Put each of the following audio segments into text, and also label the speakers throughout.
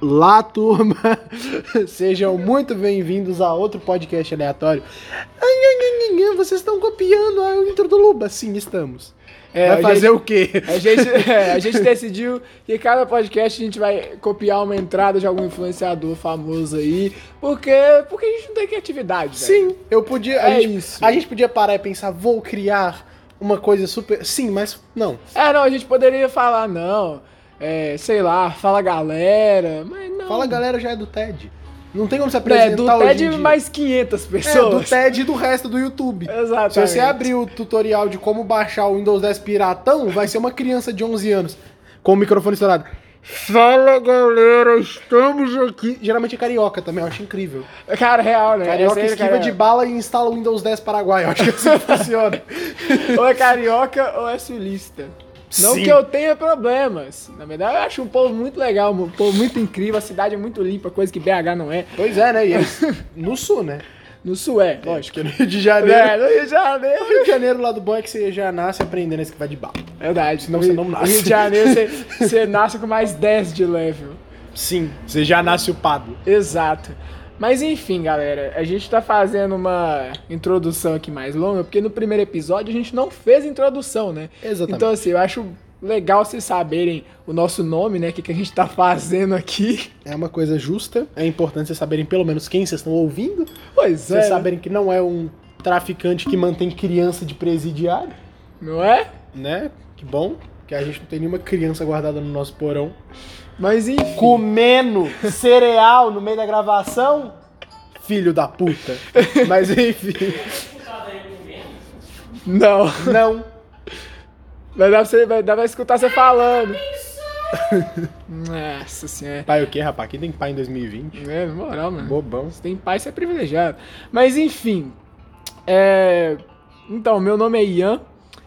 Speaker 1: Olá, turma! Sejam muito bem-vindos a outro podcast aleatório. Ai, ai, ai, ai, Vocês estão copiando a intro do Luba? Sim, estamos.
Speaker 2: É,
Speaker 1: Vai
Speaker 2: a
Speaker 1: fazer
Speaker 2: gente-
Speaker 1: o quê?
Speaker 2: A gente, é, a gente decidiu que cada podcast a gente vai copiar uma entrada de algum influenciador famoso aí, porque, porque a gente não tem criatividade, velho.
Speaker 1: Sim, eu podia. A,
Speaker 2: É
Speaker 1: gente,
Speaker 2: isso.
Speaker 1: a gente podia parar e pensar, vou criar uma coisa super. Sim, mas não.
Speaker 2: É, não, a gente poderia falar, não, é, sei lá, fala galera, mas não.
Speaker 1: Fala, galera, já é do TED. Não tem como se
Speaker 2: É,
Speaker 1: apresentar
Speaker 2: do
Speaker 1: hoje em
Speaker 2: TED
Speaker 1: dia.
Speaker 2: mais 500
Speaker 1: É, do
Speaker 2: pessoas.
Speaker 1: TED e do resto do YouTube.
Speaker 2: Exatamente.
Speaker 1: Se você abrir o tutorial de como baixar o Windows 10 piratão, vai ser uma criança de 11 anos com o microfone estourado. Fala galera, estamos aqui. Geralmente é carioca também, eu acho incrível.
Speaker 2: Cara, real, né?
Speaker 1: Carioca
Speaker 2: Essa aí,
Speaker 1: esquiva
Speaker 2: cara,
Speaker 1: de bala e instala o Windows 10 Paraguai, eu acho que assim funciona.
Speaker 2: Ou é carioca ou é sulista. Não
Speaker 1: Sim.
Speaker 2: que eu tenha problemas. Na verdade, eu acho um povo muito legal, um povo muito incrível, a cidade é muito limpa, coisa que BH não é.
Speaker 1: Pois é, né? E eles, no sul, né?
Speaker 2: No sul é, lógico.
Speaker 1: Porque no Rio de Janeiro.
Speaker 2: É, no Rio de Janeiro.
Speaker 1: No Rio de Janeiro, lá do bom é que você já nasce aprendendo a esquivar de bala.
Speaker 2: Verdade,
Speaker 1: Senão você não nasce.
Speaker 2: No Rio de Janeiro você, você nasce com mais 10 de level.
Speaker 1: Sim, você já nasce o Pablo.
Speaker 2: Exato. Mas enfim, galera, a gente tá fazendo uma introdução aqui mais longa, porque no primeiro episódio a gente não fez introdução, né?
Speaker 1: Exatamente.
Speaker 2: Então assim, eu acho legal vocês saberem o nosso nome, né? O que, que a gente tá fazendo aqui.
Speaker 1: É uma coisa justa. É importante vocês saberem pelo menos quem vocês estão ouvindo.
Speaker 2: Pois
Speaker 1: Vocês
Speaker 2: é.
Speaker 1: saberem que não é um traficante que mantém criança de presidiário,
Speaker 2: Não é?
Speaker 1: né? Que bom. Que a gente não tem nenhuma criança guardada no nosso porão.
Speaker 2: Mas enfim.
Speaker 1: Comendo cereal no meio da gravação? Filho da puta. Mas enfim.
Speaker 2: Não.
Speaker 1: Não.
Speaker 2: Vai dar pra, você, vai dar pra escutar você falando. Nossa senhora.
Speaker 1: Pai o quê, rapaz? Aqui tem pai em 2020.
Speaker 2: É, na moral, mano.
Speaker 1: Bobão.
Speaker 2: Se tem pai, você é privilegiado. Mas enfim. É... Então, meu nome é Ian.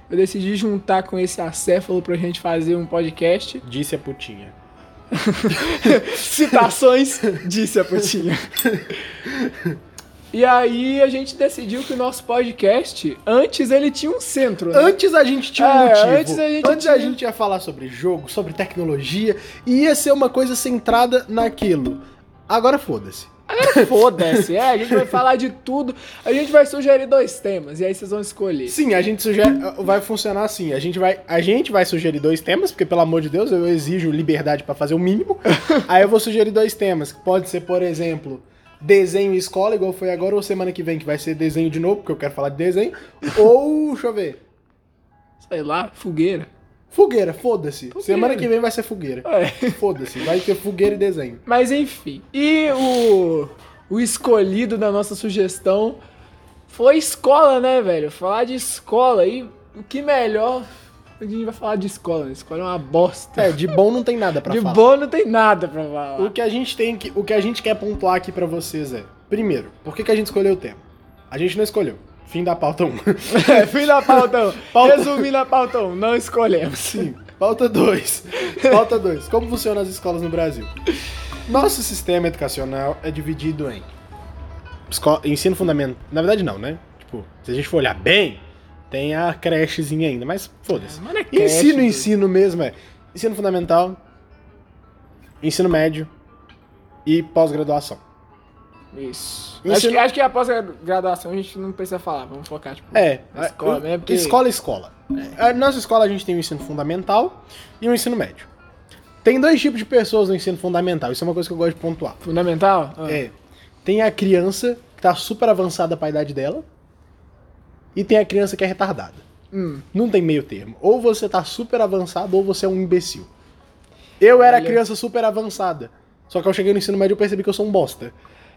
Speaker 2: Eu decidi juntar com esse acéfalo pra gente fazer um podcast.
Speaker 1: Disse a putinha.
Speaker 2: Citações, disse a putinha. E aí a gente decidiu que o nosso podcast, antes ele tinha um centro, né?
Speaker 1: Antes a gente tinha um
Speaker 2: É,
Speaker 1: motivo.
Speaker 2: antes a gente
Speaker 1: Antes a
Speaker 2: tinha-
Speaker 1: gente ia falar sobre jogo, sobre tecnologia, e ia ser uma coisa centrada naquilo. Agora foda-se.
Speaker 2: Foda-se, é, a gente vai falar de tudo. A gente vai sugerir dois temas, e aí vocês vão escolher.
Speaker 1: Sim, a gente sugere. Vai funcionar assim. A gente vai, a gente vai sugerir dois temas, porque, pelo amor de Deus, eu exijo liberdade pra fazer o mínimo. Aí eu vou sugerir dois temas, que pode ser, por exemplo, desenho e escola, igual foi agora, ou semana que vem, que vai ser desenho de novo, porque eu quero falar de desenho. Ou, deixa eu ver.
Speaker 2: Sei lá, fogueira.
Speaker 1: Fogueira, foda-se. Semana que vem vai ser fogueira.
Speaker 2: É.
Speaker 1: Foda-se, vai ter fogueira e desenho.
Speaker 2: Mas enfim. E o, o escolhido da nossa sugestão foi escola, né, velho? Falar de escola e o que melhor a gente vai falar de escola, né? Escola é uma bosta.
Speaker 1: É, de bom não tem nada pra
Speaker 2: de
Speaker 1: falar.
Speaker 2: bom não tem nada pra falar.
Speaker 1: O que a gente tem que, o que a gente quer pontuar aqui pra vocês é, primeiro, por que, que a gente escolheu o tema? A gente não escolheu. Fim da pauta 1.
Speaker 2: É, fim da pauta 1.
Speaker 1: Pauta-
Speaker 2: Resumindo a pauta 1, não escolhemos.
Speaker 1: Sim, pauta 2. Pauta 2. Como funcionam as escolas no Brasil? Nosso sistema educacional é dividido em esco- ensino fundamental. Na verdade, não, né? Tipo, se a gente for olhar bem, tem a crechezinha ainda, mas foda-se.
Speaker 2: Mas não é creche,
Speaker 1: Ensino,
Speaker 2: velho.
Speaker 1: ensino mesmo é ensino fundamental, ensino médio e pós-graduação.
Speaker 2: Isso.
Speaker 1: Ensino-
Speaker 2: Acho que, acho que após a graduação a gente não precisa falar, vamos focar, tipo.
Speaker 1: É,
Speaker 2: Na escola
Speaker 1: a-
Speaker 2: mesmo, porque-
Speaker 1: escola é escola. A nossa escola a gente tem o ensino fundamental e o ensino médio. Tem dois tipos de pessoas no ensino fundamental, isso é uma coisa que eu gosto de pontuar.
Speaker 2: Fundamental? Ah.
Speaker 1: É, tem a criança que tá super avançada pra idade dela e tem a criança que é retardada.
Speaker 2: Hum.
Speaker 1: Não tem meio termo. Ou você tá super avançado ou você é um imbecil. Eu era
Speaker 2: Olha.
Speaker 1: criança super avançada. Só que eu cheguei no ensino médio e percebi que eu sou um bosta.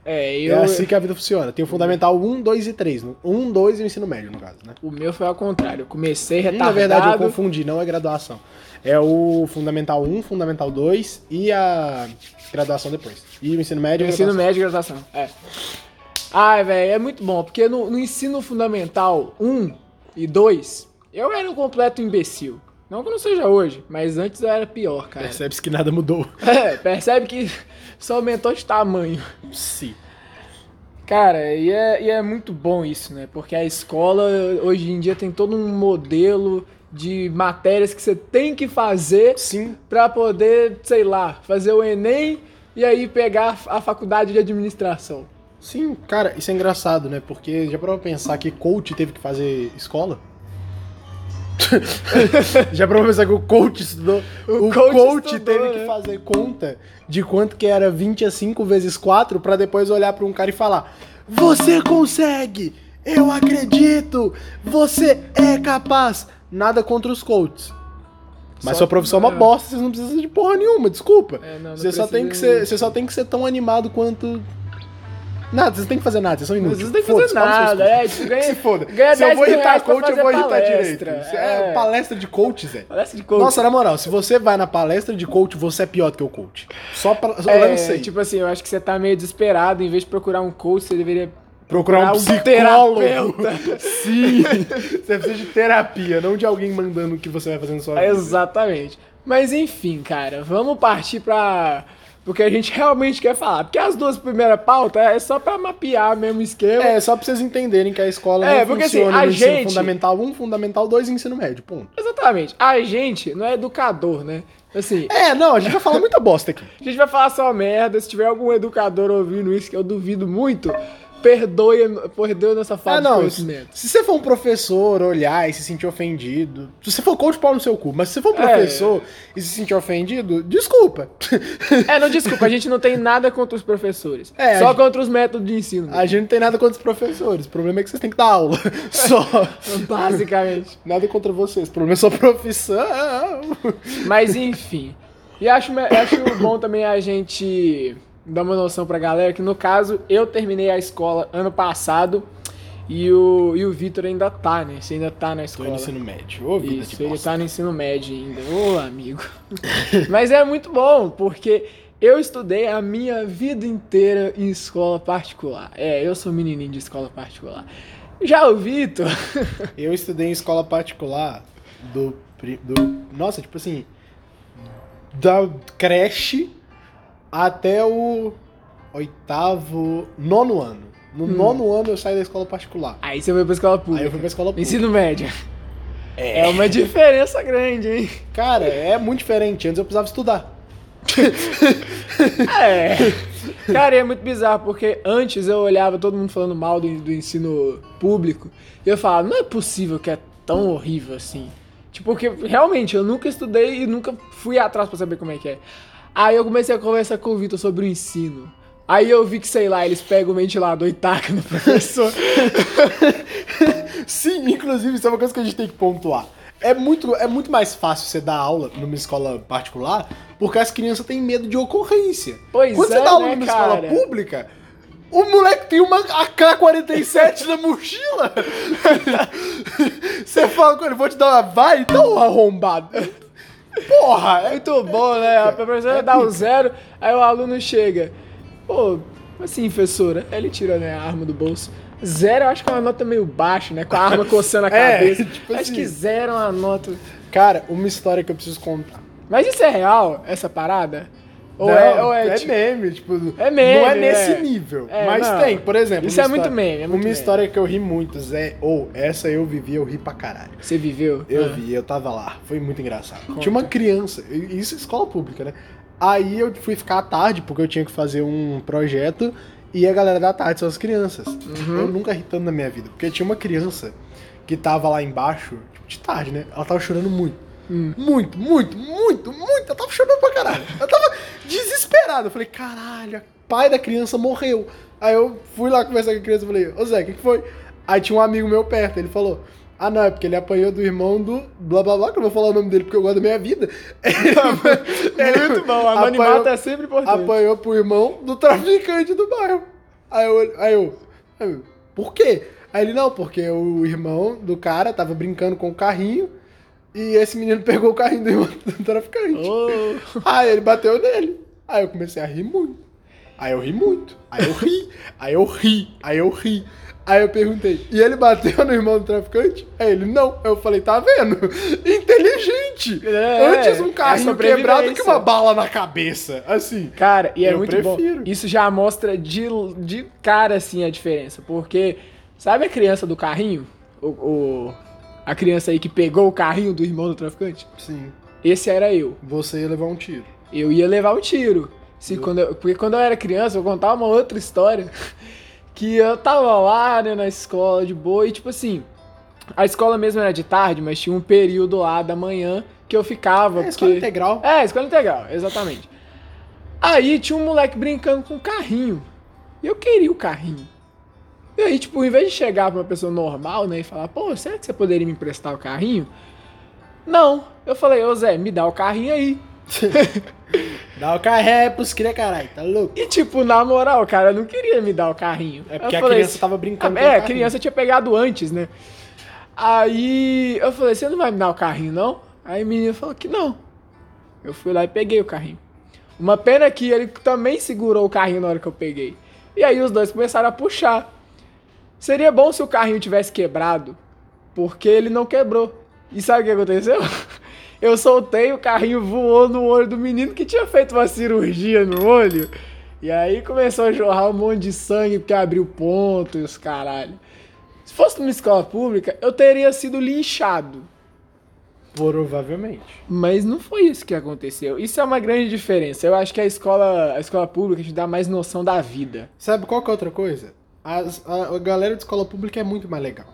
Speaker 2: É,
Speaker 1: É
Speaker 2: eu.
Speaker 1: assim que a vida funciona. Tem o fundamental 1, 2 e 3. 1, 2 e o ensino médio, no caso, né?
Speaker 2: O meu foi ao contrário. Eu comecei
Speaker 1: Hum, Na
Speaker 2: retardado.
Speaker 1: verdade, eu confundi, não é graduação. É o Fundamental 1, Fundamental 2 e a graduação depois. E o ensino médio
Speaker 2: Eu
Speaker 1: e a
Speaker 2: ensino
Speaker 1: graduação.
Speaker 2: médio e graduação. É. Ai, velho, é muito bom, porque no, no ensino fundamental 1 e 2, eu era um completo imbecil. Não que eu não seja hoje, mas antes eu era pior, cara. Percebe,
Speaker 1: Percebe-se que nada mudou.
Speaker 2: percebe que só aumentou de tamanho.
Speaker 1: Sim.
Speaker 2: Cara, e é, e é muito bom isso, né? Porque a escola hoje em dia tem todo um modelo de matérias que você tem que fazer
Speaker 1: Sim.
Speaker 2: pra poder, sei lá, fazer o Enem e aí pegar a faculdade de administração.
Speaker 1: Sim, cara, isso é engraçado, né? Porque já parou pra pensar que coach teve que fazer escola? já parou pra pensar que o coach estudou. O,
Speaker 2: O
Speaker 1: coach,
Speaker 2: coach estudou,
Speaker 1: teve
Speaker 2: né?
Speaker 1: que fazer conta de quanto que era 25 vezes 4 pra depois olhar pra um cara e falar: Você consegue! Eu acredito! Você é capaz! Nada contra os coaches. Mas
Speaker 2: Só
Speaker 1: sua
Speaker 2: que-
Speaker 1: profissão é uma
Speaker 2: é.
Speaker 1: bosta, vocês não precisam de porra nenhuma, desculpa.
Speaker 2: É, não, não
Speaker 1: Você só,
Speaker 2: precisa
Speaker 1: tem que
Speaker 2: de-
Speaker 1: ser, você só tem que ser tão animado quanto. Nada, vocês não tem que fazer nada, vocês são inúteis.
Speaker 2: Vocês não tem que fazer
Speaker 1: Foda-se, pau nos seus
Speaker 2: nada,
Speaker 1: cu.
Speaker 2: é, tipo, ganha,
Speaker 1: Se foda.
Speaker 2: ganha
Speaker 1: Se eu
Speaker 2: 10
Speaker 1: vou
Speaker 2: mil
Speaker 1: irritar
Speaker 2: reais pra
Speaker 1: coach, eu
Speaker 2: fazer
Speaker 1: vou irritar direito.
Speaker 2: palestra,
Speaker 1: Isso É,
Speaker 2: é.
Speaker 1: palestra de coach, Zé.
Speaker 2: Palestra de coach.
Speaker 1: Nossa, na moral, se você vai na palestra de coach, você é pior do que o coach. Só pra. Só
Speaker 2: é,
Speaker 1: não sei.
Speaker 2: tipo assim, eu acho que você tá meio desesperado, em vez de procurar um coach, você deveria
Speaker 1: procurar um
Speaker 2: procurar um
Speaker 1: psicólogo.
Speaker 2: terapeuta.
Speaker 1: Sim. você precisa de terapia, não de alguém mandando o que você vai fazer na sua vida.
Speaker 2: Exatamente. Mas enfim, cara, vamos partir pra. Porque a gente realmente quer falar. Porque as duas primeiras pautas é só pra mapear mesmo o esquema.
Speaker 1: É, só pra vocês entenderem que a escola
Speaker 2: É,
Speaker 1: não
Speaker 2: porque, assim,
Speaker 1: funciona
Speaker 2: a
Speaker 1: no ensino
Speaker 2: gente-
Speaker 1: fundamental 1, fundamental 2 e ensino médio, ponto.
Speaker 2: Exatamente. A gente não é educador, né? Assim,
Speaker 1: É, não, a gente vai falar muita bosta aqui.
Speaker 2: a gente vai falar só merda. Se tiver algum educador ouvindo isso, que eu duvido muito, perdoe, perdoe nossa falta
Speaker 1: Ah,
Speaker 2: de
Speaker 1: não. Se
Speaker 2: conhecimento.
Speaker 1: se você for um professor olhar e se sentir ofendido. Se você for coach, pau no seu cu. Mas se você for um
Speaker 2: É.
Speaker 1: professor e se sentir ofendido, desculpa.
Speaker 2: É, não, desculpa, a gente não tem nada contra os professores.
Speaker 1: É, a
Speaker 2: só
Speaker 1: gente-
Speaker 2: contra os métodos de ensino.
Speaker 1: a gente não tem nada contra os professores. O problema é que vocês têm que dar aula. Só.
Speaker 2: Basicamente.
Speaker 1: Nada contra vocês. O problema é sua profissão.
Speaker 2: Mas enfim. E acho, me- acho bom também a gente dar uma noção pra galera que, no caso, eu terminei a escola ano passado e o, e o Vitor ainda tá, né? Você ainda tá na
Speaker 1: Tô
Speaker 2: escola.
Speaker 1: no ensino médio. Ô, vida
Speaker 2: Isso,
Speaker 1: né, de
Speaker 2: ele
Speaker 1: bosta.
Speaker 2: tá no ensino médio ainda. Ô, amigo. Mas é muito bom, porque eu estudei a minha vida inteira em escola particular. É, eu sou menininho de escola particular. Já o Vitor.
Speaker 1: Eu estudei em escola particular do, pri- do. Nossa, tipo assim. Da creche até o oitavo. nono ano. No nono ano eu saí da escola particular.
Speaker 2: Aí você foi pra escola
Speaker 1: Aí eu
Speaker 2: pública.
Speaker 1: fui pra escola pública.
Speaker 2: Ensino médio. É uma diferença grande, hein?
Speaker 1: Cara, é muito diferente. Antes eu precisava estudar.
Speaker 2: É. Cara, e é muito bizarro, porque antes eu olhava todo mundo falando mal do, do ensino público, e eu falava, não é possível que é tão horrível assim. Tipo, porque realmente eu nunca estudei e nunca fui atrás pra saber como é que é. Aí eu comecei a conversar com o Vitor sobre o ensino. Aí eu vi que, sei lá, eles pegam o ventilador e tacam no professor.
Speaker 1: Sim, inclusive, isso é uma coisa que a gente tem que pontuar. É muito, é muito mais fácil você dar aula numa escola particular, porque as crianças têm medo de ocorrência.
Speaker 2: Pois
Speaker 1: Quando
Speaker 2: é,
Speaker 1: você dá aula
Speaker 2: né,
Speaker 1: numa
Speaker 2: cara?
Speaker 1: escola pública, o moleque tem uma AK-47 na mochila. você fala com ele, vou te dar uma vai, então, arrombado. Porra, é
Speaker 2: Muito bom, né? A professora dá o zero, aí o aluno chega. Pô, assim, professora, aí ele tira né, a arma do bolso. Zero, eu acho que é uma nota meio baixa, né? Com a arma coçando a
Speaker 1: É,
Speaker 2: cabeça.
Speaker 1: tipo
Speaker 2: acho
Speaker 1: assim.
Speaker 2: que zero é uma nota.
Speaker 1: Cara, uma história que eu preciso contar.
Speaker 2: Mas isso é real, essa parada? Ou
Speaker 1: Não,
Speaker 2: é, ou é, tipo-
Speaker 1: meme, tipo.
Speaker 2: É meme,
Speaker 1: Não é nesse
Speaker 2: é.
Speaker 1: nível.
Speaker 2: É,
Speaker 1: mas
Speaker 2: não.
Speaker 1: tem, por exemplo.
Speaker 2: Isso
Speaker 1: uma
Speaker 2: é muito meme, é muito
Speaker 1: Uma
Speaker 2: meme.
Speaker 1: história que eu ri muito, Zé. Ou, essa eu vivi, eu ri pra caralho.
Speaker 2: Você viveu?
Speaker 1: Eu
Speaker 2: Ah.
Speaker 1: vi, eu tava lá. Foi muito engraçado.
Speaker 2: Conta.
Speaker 1: Tinha uma criança, e isso é escola pública, né? Aí eu fui ficar à tarde, porque eu tinha que fazer um projeto, e a galera da tarde são as crianças.
Speaker 2: Uhum.
Speaker 1: Eu nunca ri tanto na minha vida, porque tinha uma criança que tava lá embaixo, tipo, de tarde, né? Ela tava chorando muito.
Speaker 2: Hum.
Speaker 1: Muito, muito, muito, muito. Eu tava chorando pra caralho. Eu tava desesperado. Eu falei, caralho, o pai da criança morreu. Aí eu fui lá conversar com a criança e falei, ô Zé, o que, que foi? Aí tinha um amigo meu perto, ele falou. Ah, não, é porque ele apanhou do irmão do blá blá blá, que eu não vou falar o nome dele porque eu gosto da minha vida.
Speaker 2: É muito bom, a
Speaker 1: Apanhou-
Speaker 2: anonimato é sempre importante.
Speaker 1: apanhou pro irmão do traficante do bairro. Aí eu, aí eu, aí eu, por quê? Aí ele, não, porque o irmão do cara tava brincando com o carrinho e esse menino pegou o carrinho do irmão do traficante.
Speaker 2: Ô.
Speaker 1: Aí ele bateu nele. Aí eu comecei a rir muito. Aí eu ri muito. Aí eu ri. Aí eu ri. Aí eu ri. Aí eu perguntei, e ele bateu no irmão do traficante? Aí ele, não. Eu falei, tá vendo? Inteligente!
Speaker 2: É,
Speaker 1: Antes um
Speaker 2: é
Speaker 1: carrinho
Speaker 2: sobrevivência.
Speaker 1: quebrado que uma bala na cabeça. Assim.
Speaker 2: Cara, e é
Speaker 1: Eu
Speaker 2: muito
Speaker 1: prefiro.
Speaker 2: bom. Isso já mostra de, de cara, assim, a diferença. Porque, sabe a criança do carrinho? O, o- a criança aí que pegou o carrinho do irmão do traficante?
Speaker 1: Sim.
Speaker 2: Esse era eu.
Speaker 1: Você ia levar um tiro.
Speaker 2: Eu ia levar o tiro. Sim, quando eu- porque quando eu era criança, eu contava uma outra história. Que eu tava lá, né, na escola de boa, e tipo assim, a escola mesmo era de tarde, mas tinha um período lá da manhã que eu
Speaker 1: É,
Speaker 2: ficava. porque...
Speaker 1: escola integral.
Speaker 2: É, escola integral, exatamente. Aí tinha um moleque brincando com um carrinho. E eu queria o carrinho. E aí, tipo, em vez de chegar pra uma pessoa normal, né, e falar, pô, será que você poderia me emprestar o carrinho? Não. Eu falei, ô Zé, me dá o carrinho aí.
Speaker 1: Dá o carré pros cria, caralho, tá louco?
Speaker 2: E tipo, na moral, o cara não queria me dar o carrinho.
Speaker 1: É porque
Speaker 2: Eu
Speaker 1: a
Speaker 2: falei,
Speaker 1: criança tava brincando
Speaker 2: "Ah,
Speaker 1: com o
Speaker 2: É, a
Speaker 1: carrinho."
Speaker 2: criança tinha pegado antes, né? Aí eu falei, você não vai me dar o carrinho, não? Aí o menino falou que não. Eu fui lá e peguei o carrinho. Uma pena que ele também segurou o carrinho na hora que eu peguei. E aí os dois começaram a puxar. Seria bom se o carrinho tivesse quebrado, porque ele não quebrou. E sabe o que aconteceu? Eu soltei, o carrinho voou no olho do menino que tinha feito uma cirurgia no olho. E aí começou a jorrar um monte de sangue porque abriu ponto e os caralho. Se fosse numa escola pública, eu teria sido linchado.
Speaker 1: Provavelmente.
Speaker 2: Mas não foi isso que aconteceu. Isso é uma grande diferença. Eu acho que a escola, a escola pública te dá mais noção da vida.
Speaker 1: Sabe qual que é outra coisa? As- a, a galera de escola pública é muito mais legal.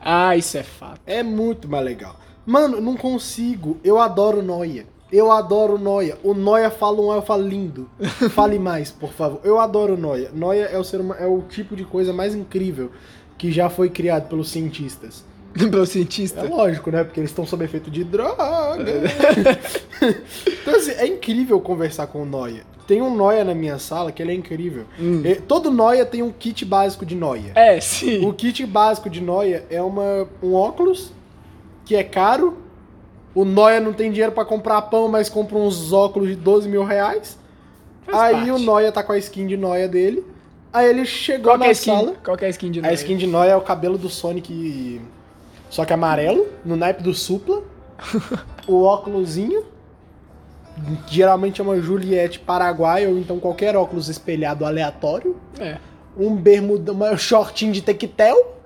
Speaker 2: Ah, isso é fato.
Speaker 1: É muito mais legal. Mano, não consigo. Eu adoro Noia. Eu adoro Noia. O Noia fala um, eu falo lindo. Fale mais, por favor. Eu adoro Noia. Noia é o, ser huma- é o tipo de coisa mais incrível que já foi criado pelos cientistas.
Speaker 2: Pelo
Speaker 1: É
Speaker 2: cientista.
Speaker 1: lógico, né? Porque eles estão sob efeito de droga. então, assim, é incrível conversar com o Noia. Tem um Noia na minha sala que ele é incrível.
Speaker 2: Hum.
Speaker 1: Eh, Todo Noia tem um kit básico de Noia.
Speaker 2: É, sim.
Speaker 1: O kit básico de Noia é uma, um óculos, que é caro. O Noia não tem dinheiro pra comprar pão, mas compra uns óculos de 12 mil reais.
Speaker 2: Faz
Speaker 1: aí
Speaker 2: parte.
Speaker 1: o Noia tá com a skin de Noia dele. Aí ele chegou
Speaker 2: Qual que é
Speaker 1: na
Speaker 2: a skin?
Speaker 1: sala.
Speaker 2: Qual que é a skin de
Speaker 1: A
Speaker 2: nós?
Speaker 1: skin de Noia é o cabelo do Sonic, só que amarelo, no naipe do Supla. o óculosinho. Geralmente é uma Juliette Paraguai ou então qualquer óculos espelhado aleatório.
Speaker 2: É.
Speaker 1: Um bermuda, um shortinho de tectel.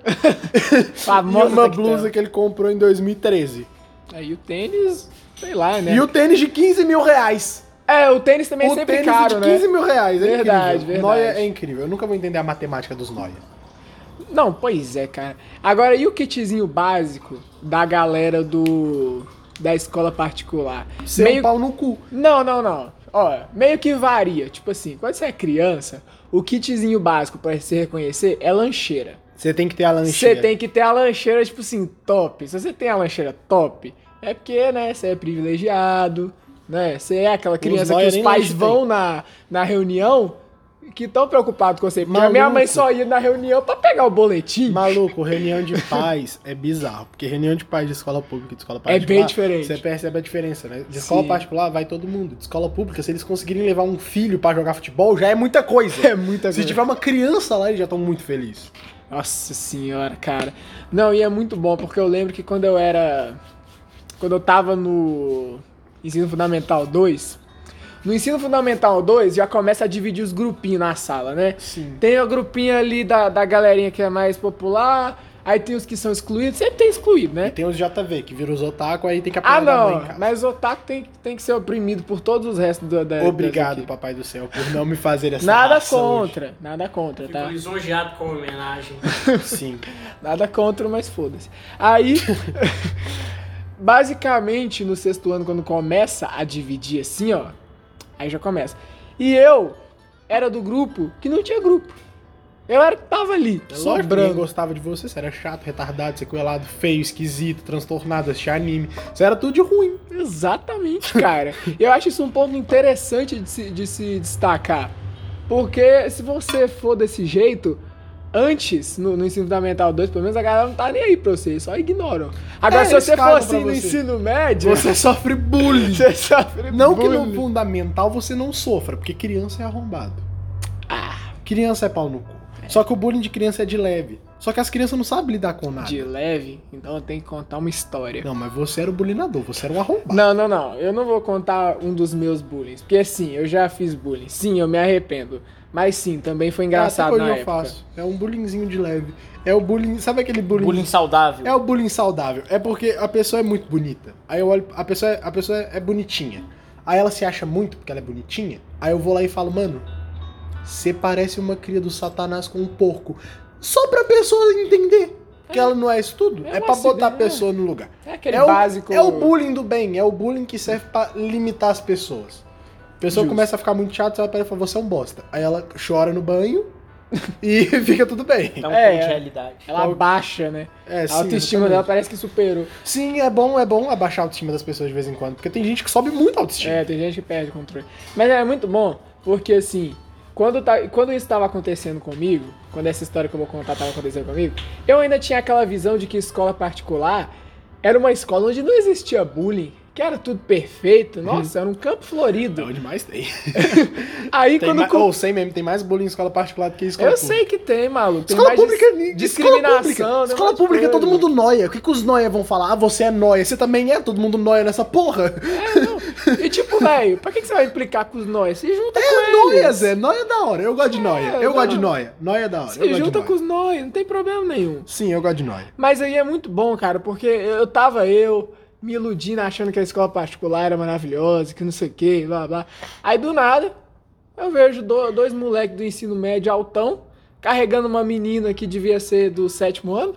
Speaker 2: Famosa
Speaker 1: e uma
Speaker 2: tactel.
Speaker 1: blusa que ele comprou em 2013.
Speaker 2: Aí o tênis, sei lá, né?
Speaker 1: E o tênis de 15 mil reais.
Speaker 2: É, o tênis também é
Speaker 1: o
Speaker 2: sempre
Speaker 1: tênis
Speaker 2: caro,
Speaker 1: de 15
Speaker 2: né?
Speaker 1: mil reais. É
Speaker 2: Verdade,
Speaker 1: incrível.
Speaker 2: verdade.
Speaker 1: Noia é incrível. Eu nunca vou entender a matemática dos Noia.
Speaker 2: Não, pois é, cara. Agora, e o kitzinho básico da galera do... da escola particular?
Speaker 1: Seu é um pau no cu.
Speaker 2: Não, não, não. Ó, meio que varia. Tipo assim, quando você é criança, o kitzinho básico pra se reconhecer é lancheira.
Speaker 1: Você tem que ter a
Speaker 2: Você
Speaker 1: lancheira.
Speaker 2: tem que ter a lancheira, tipo assim, top. Se você tem a lancheira top, é porque, né, você é privilegiado, né? Você é aquela criança que
Speaker 1: nóia
Speaker 2: os
Speaker 1: nem
Speaker 2: pais
Speaker 1: lanche
Speaker 2: vão na, na reunião que estão preocupados com você. Porque a minha
Speaker 1: Maluco.
Speaker 2: mãe só ia na reunião pra pegar o boletim.
Speaker 1: Maluco, reunião de pais é bizarro. Porque reunião de pais de escola pública e de escola particular.
Speaker 2: É bem diferente.
Speaker 1: Você percebe a diferença, né? De escola
Speaker 2: Sim.
Speaker 1: particular vai todo mundo. De escola pública, se eles conseguirem levar um filho pra jogar futebol, já é muita coisa.
Speaker 2: É muita
Speaker 1: Se
Speaker 2: coisa.
Speaker 1: tiver uma criança lá, eles já estão muito felizes.
Speaker 2: Nossa senhora, cara. Não, e é muito bom, porque eu lembro que quando eu era. Quando eu tava no Ensino Fundamental 2. No Ensino Fundamental 2 já começa a dividir os grupinhos na sala, né?
Speaker 1: Sim.
Speaker 2: Tem o grupinho ali da, da galerinha que é mais popular, aí tem os que são excluídos, sempre tem excluído, né?
Speaker 1: E tem os JV, que viram os otaku, aí tem que apanhar
Speaker 2: Ah,
Speaker 1: da mãe em
Speaker 2: não,
Speaker 1: casa.
Speaker 2: mas o otaku tem, tem que ser oprimido por todos os restos da. da
Speaker 1: Obrigado,
Speaker 2: das equipes.
Speaker 1: papai do céu, por não me fazer essa
Speaker 2: É, então Nada
Speaker 1: raça hoje.
Speaker 2: contra, nada contra,
Speaker 3: Fico
Speaker 2: tá?
Speaker 3: lisonjeado com a homenagem.
Speaker 1: Sim.
Speaker 2: Nada contra, mas foda-se. Aí, basicamente, no sexto ano, quando começa a dividir assim, ó, aí já começa. E eu era do grupo que não tinha grupo. Eu era que tava
Speaker 1: É
Speaker 2: ali,
Speaker 1: lógico que ninguém
Speaker 2: sobrando.
Speaker 1: gostava de você, você era chato, retardado, sequelado, feio, esquisito, transtornado, assistia anime. Você era tudo de ruim.
Speaker 2: Exatamente, cara. eu acho isso um ponto interessante de se, de se destacar. Porque se você for desse jeito, antes, no, no ensino fundamental 2, pelo menos a galera não tá nem aí pra você, eles só ignoram. Agora,
Speaker 1: É,
Speaker 2: se você
Speaker 1: eles
Speaker 2: for
Speaker 1: cagam
Speaker 2: assim
Speaker 1: pra
Speaker 2: no
Speaker 1: você.
Speaker 2: ensino médio.
Speaker 1: Você sofre bullying.
Speaker 2: Você sofre
Speaker 1: Não que
Speaker 2: bullying.
Speaker 1: no fundamental você não sofra, porque criança é arrombado.
Speaker 2: Ah,
Speaker 1: Criança é pau no cu. Só que o bullying de criança é de leve. Só que as crianças não sabem lidar com nada.
Speaker 2: de leve, então eu tenho que contar uma história.
Speaker 1: Não, mas você era o bulinador, você era um arrombado.
Speaker 2: Não, não, não. Eu não vou contar um dos meus bullying. Porque sim, eu já fiz bullying. Sim, eu me arrependo. Mas sim, também foi engraçado
Speaker 1: Até
Speaker 2: na
Speaker 1: hoje Ah, eu
Speaker 2: época.
Speaker 1: faço. É um bullyingzinho de leve. É o bullying. Sabe aquele
Speaker 3: Bullying saudável.
Speaker 1: É o bullying saudável. É porque a pessoa é muito bonita. Aí eu olho, a pessoa, é- a pessoa é bonitinha. Aí ela se acha muito porque ela é bonitinha. Aí eu vou lá e falo, mano, você parece uma cria do satanás com um porco. Só pra pessoa entender que ela não é isso tudo. É,
Speaker 2: É um
Speaker 1: pra botar a
Speaker 2: acidente, né?
Speaker 1: pessoa no lugar.
Speaker 2: É aquele
Speaker 1: é, o,
Speaker 2: básico.
Speaker 1: é o bullying do bem, é o bullying que serve pra limitar as pessoas. A pessoa
Speaker 2: Justo.
Speaker 1: começa a ficar muito chata, ela pega e fala, você é um bosta. Aí ela chora no banho e fica tudo bem.
Speaker 3: É um
Speaker 2: É,
Speaker 3: pouco
Speaker 2: é.
Speaker 3: de realidade.
Speaker 2: Ela abaixa, né?
Speaker 1: É, sim,
Speaker 2: a autoestima
Speaker 1: exatamente.
Speaker 2: dela parece que superou.
Speaker 1: Sim, é bom, é bom abaixar a autoestima das pessoas de vez em quando, porque tem gente que sobe muito a autoestima.
Speaker 2: É, tem gente que perde o controle. Mas é muito bom, porque assim, quando, tá, quando isso estava acontecendo comigo, quando essa história que eu vou contar estava acontecendo comigo, eu ainda tinha aquela visão de que escola particular era uma escola onde não existia bullying, que era tudo
Speaker 1: Uhum.
Speaker 2: perfeito, nossa, era um campo
Speaker 1: É
Speaker 2: florido.
Speaker 1: onde mais tem.
Speaker 2: Aí
Speaker 1: tem
Speaker 2: quando.
Speaker 1: mais,
Speaker 2: co-
Speaker 1: Ou sem mesmo, tem mais bullying em escola particular do que em escola
Speaker 2: eu
Speaker 1: pública.
Speaker 2: sei que tem, maluco. Tem
Speaker 1: Escola
Speaker 2: mais dis-
Speaker 1: pública, ni-
Speaker 2: discriminação.
Speaker 1: escola
Speaker 2: tem um
Speaker 1: pública, escola
Speaker 2: monte de
Speaker 1: pública é
Speaker 2: coisa.
Speaker 1: todo mundo noia. O que, que os noia vão falar? Ah, você é noia, você também é, todo mundo noia nessa porra.
Speaker 2: É, não. E tipo, velho, pra que, que você vai implicar com os nós? Se junta com
Speaker 1: É
Speaker 2: eles. é
Speaker 1: noia, Zé, noia é da hora. Eu gosto de noia, eu
Speaker 2: não.
Speaker 1: gosto de noia. Noia é da hora. eu
Speaker 2: Se
Speaker 1: gosto de
Speaker 2: junta
Speaker 1: noia.
Speaker 2: com os nós, não tem problema nenhum.
Speaker 1: Sim, eu gosto de noia.
Speaker 2: Mas aí é muito bom, cara, porque eu tava eu me iludindo, achando que a escola particular era maravilhosa, que não sei o que, blá blá. Aí do nada, eu vejo do- dois moleques do ensino médio altão carregando uma menina que devia ser do sétimo ano.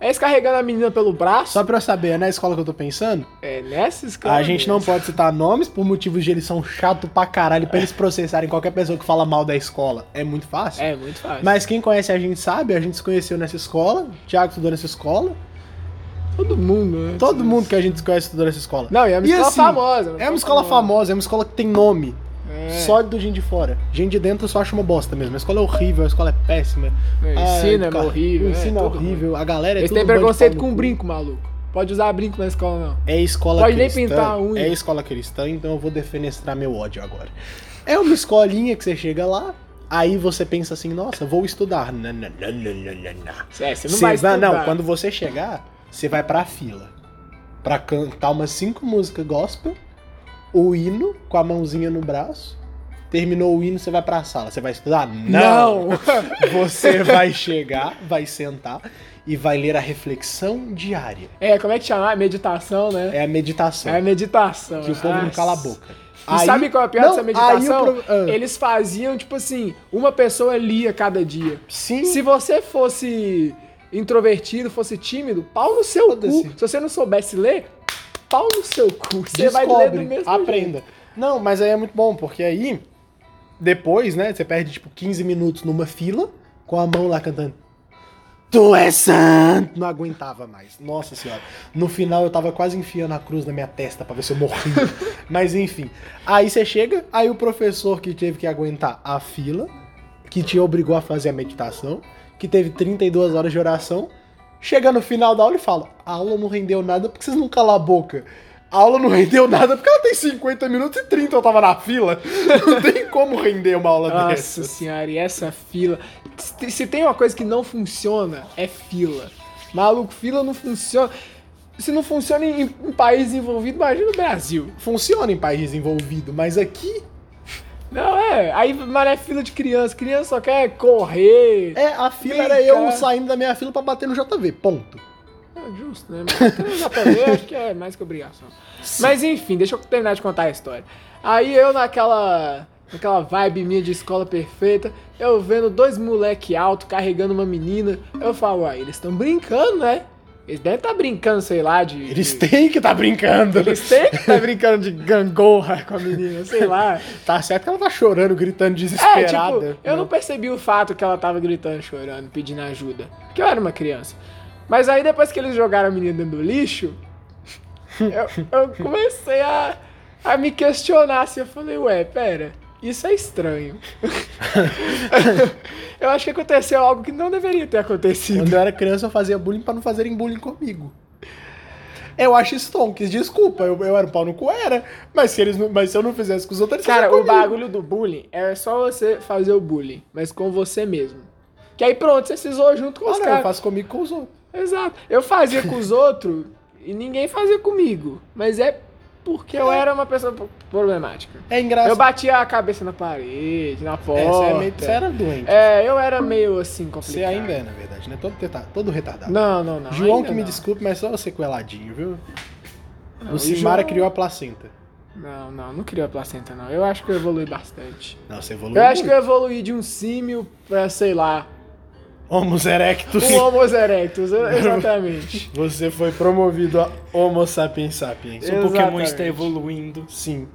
Speaker 2: Aí eles carregando a menina pelo braço.
Speaker 1: Só pra eu saber, é na escola que eu tô pensando,
Speaker 2: É nessa escola.
Speaker 1: a gente não
Speaker 2: mesmo.
Speaker 1: pode citar nomes por motivos de eles são chato pra caralho, pra eles processarem qualquer pessoa que fala mal da escola. É muito fácil.
Speaker 2: É muito fácil.
Speaker 1: Mas quem conhece a gente sabe, a gente se conheceu nessa escola, o Thiago estudou nessa escola,
Speaker 2: Todo mundo, né?
Speaker 1: todo mundo que a gente se conhece estudou nessa escola.
Speaker 2: Não, e é uma
Speaker 1: E
Speaker 2: escola
Speaker 1: assim,
Speaker 2: famosa.
Speaker 1: É uma escola famosa, é uma escola que tem nome.
Speaker 2: É.
Speaker 1: Sólido gente de fora. Gente de dentro só acha uma bosta mesmo. A escola é horrível, a escola é péssima.
Speaker 2: O
Speaker 1: Ah,
Speaker 2: ensino é
Speaker 1: cara,
Speaker 2: horrível.
Speaker 1: O ensino é,
Speaker 2: tudo ruim.
Speaker 1: horrível, a galera é
Speaker 2: Eles
Speaker 1: tudo
Speaker 2: têm
Speaker 1: bando de
Speaker 2: preconceito
Speaker 1: pau
Speaker 2: com
Speaker 1: no cu.
Speaker 2: brinco, maluco. Pode usar brinco na escola, não.
Speaker 1: É escola
Speaker 2: Pode nem
Speaker 1: cristã.
Speaker 2: pintar a unha.
Speaker 1: É escola cristã, então eu vou defenestrar meu ódio agora. É uma escolinha que você chega lá, aí você pensa assim, nossa, vou estudar. Não, não, não, não, não, não.
Speaker 2: É, você não
Speaker 1: Cê
Speaker 2: vai
Speaker 1: vai-
Speaker 2: estudar.
Speaker 1: não, quando você chegar, você vai pra fila. Pra cantar umas cinco músicas gospel, o hino com a mãozinha no braço. Terminou o hino, você vai pra sala. Você vai estudar?
Speaker 2: Não!
Speaker 1: Você vai chegar, vai sentar e vai ler a reflexão diária.
Speaker 2: é, como é que chama? É Meditação, né?
Speaker 1: É a meditação.
Speaker 2: É, meditação.
Speaker 1: que o povo não
Speaker 2: Nossa.
Speaker 1: cala a boca.
Speaker 2: E sabe qual é a pior
Speaker 1: não,
Speaker 2: dessa
Speaker 1: aí
Speaker 2: meditação?
Speaker 1: o pro- ah.
Speaker 2: Eles faziam, tipo assim, uma pessoa lia cada dia.
Speaker 1: Sim,
Speaker 2: Se você fosse introvertido, fosse tímido, pau no seu cu.
Speaker 1: Foda-se.
Speaker 2: Se você não soubesse ler, pau no seu cu. Você vai ler do
Speaker 1: descobre,
Speaker 2: mesmo
Speaker 1: aprenda. Não, mas aí é muito bom, porque aí, depois, né, você perde, tipo, 15 minutos numa fila, com a mão lá cantando. Tu é santo! Não aguentava mais. Nossa senhora. No final eu tava quase enfiando a cruz na minha testa pra ver se eu morria. Mas enfim. Aí você chega, aí o professor que teve que aguentar a fila, que te obrigou a fazer a meditação, que teve 32 horas de oração, chega no final da aula e fala: a aula não rendeu nada porque vocês não calam a boca. A aula não rendeu nada porque ela tem 50 minutos e 30 eu tava na fila. Não tem como render uma aula dessa.
Speaker 2: Nossa senhora, e essa fila. Se se tem uma coisa que não funciona, é fila. Maluco, fila não funciona. Se não funciona em, em país envolvido, imagina o Brasil.
Speaker 1: Funciona em país desenvolvido, mas aqui
Speaker 2: Não, é. Aí, mas é fila de criança. Criança só quer correr.
Speaker 1: É, a fila
Speaker 2: Brincar.
Speaker 1: era eu saindo da minha fila pra bater no JV, ponto.
Speaker 2: É justo, né? Mas tem um JV, acho que é mais que obrigação. Mas enfim, deixa eu terminar de contar a história. Aí eu naquela. Naquela vibe minha de escola perfeita, eu vendo dois moleque alto carregando uma menina, eu falo, uai, eles estão brincando, né? Eles devem estar brincando, sei lá, de.
Speaker 1: Eles
Speaker 2: de-
Speaker 1: têm que tá brincando.
Speaker 2: Eles têm que estar brincando de gangorra com a menina, sei lá.
Speaker 1: Tá certo que ela tá chorando, gritando desesperada.
Speaker 2: É, tipo, eu não
Speaker 1: né?
Speaker 2: percebi o fato que ela tava gritando, chorando, pedindo ajuda. Porque eu era uma criança. Mas aí depois que eles jogaram a menina dentro do lixo, eu, eu comecei a, a me questionar assim. Eu falei, ué, pera, isso é estranho. eu acho que aconteceu algo que não deveria ter acontecido.
Speaker 1: Quando eu era criança, eu fazia bullying pra não fazerem bullying comigo. Eu acho stonks, desculpa, eu, eu era um pau no cu, era. Mas se, eles, não- mas se eu não fizesse com os outros, eles
Speaker 2: Cara,
Speaker 1: faziam
Speaker 2: o
Speaker 1: comigo.
Speaker 2: bagulho do bullying é só você fazer o bullying, mas com você mesmo. Que aí pronto, você se zoou junto com os
Speaker 1: Ah, não, eu
Speaker 2: caras.
Speaker 1: faço comigo com os outros.
Speaker 2: Exato. Eu fazia com os outros e ninguém fazia comigo. Mas é porque eu era uma pessoa pro- problemática.
Speaker 1: É
Speaker 2: Eu
Speaker 1: engraçado.
Speaker 2: batia a cabeça na parede, na porta.
Speaker 1: É, você, é meio, você era doente.
Speaker 2: É, eu era meio assim complicado.
Speaker 1: você ainda é, na verdade, né? Todo, teta- todo retardado.
Speaker 2: Não, não, não.
Speaker 1: João
Speaker 2: ainda
Speaker 1: que me
Speaker 2: não.
Speaker 1: desculpe, mas só você coeladinho, viu?
Speaker 2: Não,
Speaker 1: o
Speaker 2: e
Speaker 1: Simara
Speaker 2: João-
Speaker 1: criou a placenta.
Speaker 2: Não, não, não criou a placenta, não. Eu acho que eu evolui bastante.
Speaker 1: Não, você evoluiu.
Speaker 2: Eu acho que eu
Speaker 1: muito.
Speaker 2: evoluí de um símio pra, sei lá,
Speaker 1: Homo erectus.
Speaker 2: um Homo erectus. Exatamente.
Speaker 1: Você foi promovido a Homo sapiens sapiens.
Speaker 2: Eu-
Speaker 3: Seu Pokémon está
Speaker 2: Exatamente.
Speaker 3: evoluindo.
Speaker 1: Sim.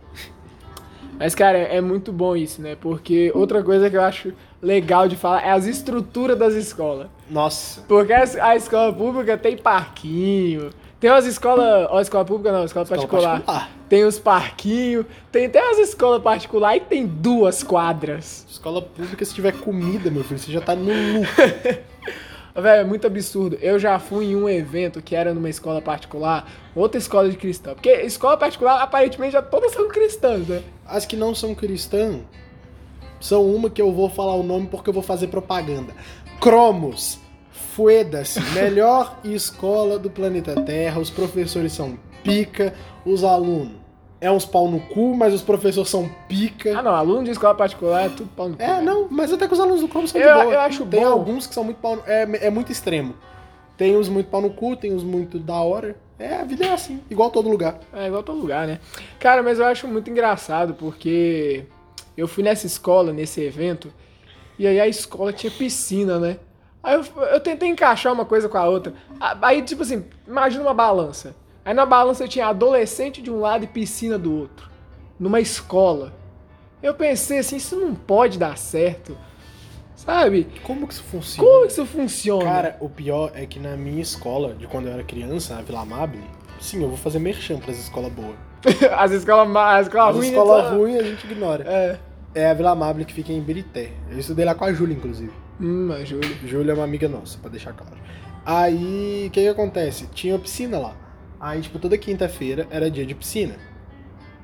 Speaker 2: Mas, cara, é muito bom isso, né? Porque outra coisa que eu acho legal de falar é as estruturas das escolas.
Speaker 1: Nossa.
Speaker 2: Porque as- a escola pública tem parquinho, tem umas escolas. Ó, escola pública não, escola, particular.
Speaker 1: Então, particular.
Speaker 2: Tem os parquinhos, tem até umas escolas particulares e tem duas quadras.
Speaker 1: Escola pública, se tiver comida, meu filho, você já tá no lucro.
Speaker 2: Velho, é muito absurdo. Eu já fui em um evento que era numa escola particular, outra escola de cristã. Porque escola particular, aparentemente, já todas são cristãs, né?
Speaker 1: As que não são cristãs são uma que eu vou falar o nome porque eu vou fazer propaganda. Cromos. Fueda-se. Melhor escola do planeta Terra. Os professores são pica. Os alunos é uns pau no cu, mas os professores são
Speaker 2: Ah,
Speaker 1: pica.
Speaker 2: não, aluno de escola particular é tudo pau no cu,
Speaker 1: É,
Speaker 2: velho.
Speaker 1: não, mas até que os alunos do Cromos são
Speaker 2: Eu-
Speaker 1: de boa.
Speaker 2: eu acho
Speaker 1: tem
Speaker 2: bom.
Speaker 1: alguns que são muito pau no... é, é muito extremo. Tem uns muito pau no cu, tem uns muito da hora. É, a vida é assim, igual todo lugar.
Speaker 2: É igual todo lugar, né? Cara, mas eu acho muito engraçado porque eu fui nessa escola, nesse evento, e aí a escola tinha piscina, né? Aí eu, eu tentei encaixar uma coisa com a outra. A- Aí, tipo assim, imagina uma balança. Aí na balança tinha adolescente de um lado e piscina do outro. Numa escola. Eu pensei assim, isso não pode dar certo. Sabe?
Speaker 1: Como que isso funciona?
Speaker 2: Como que isso funciona?
Speaker 1: Cara, o pior é que na minha escola, de quando eu era criança, a Vila Amable, sim, eu vou fazer merchan pras escolas boas.
Speaker 2: as escolas ma- as escolas
Speaker 1: As
Speaker 2: ruins.
Speaker 1: escolas
Speaker 2: então-
Speaker 1: ruins a gente ignora.
Speaker 2: É.
Speaker 1: É a Vila Amable que fica em Birité. Eu estudei lá com a Júlia, inclusive.
Speaker 2: Hum, a Júlia.
Speaker 1: Júlia é uma amiga nossa, pra deixar claro. Aí, o que que acontece? Tinha piscina lá. Aí, tipo, toda quinta-feira era dia de piscina.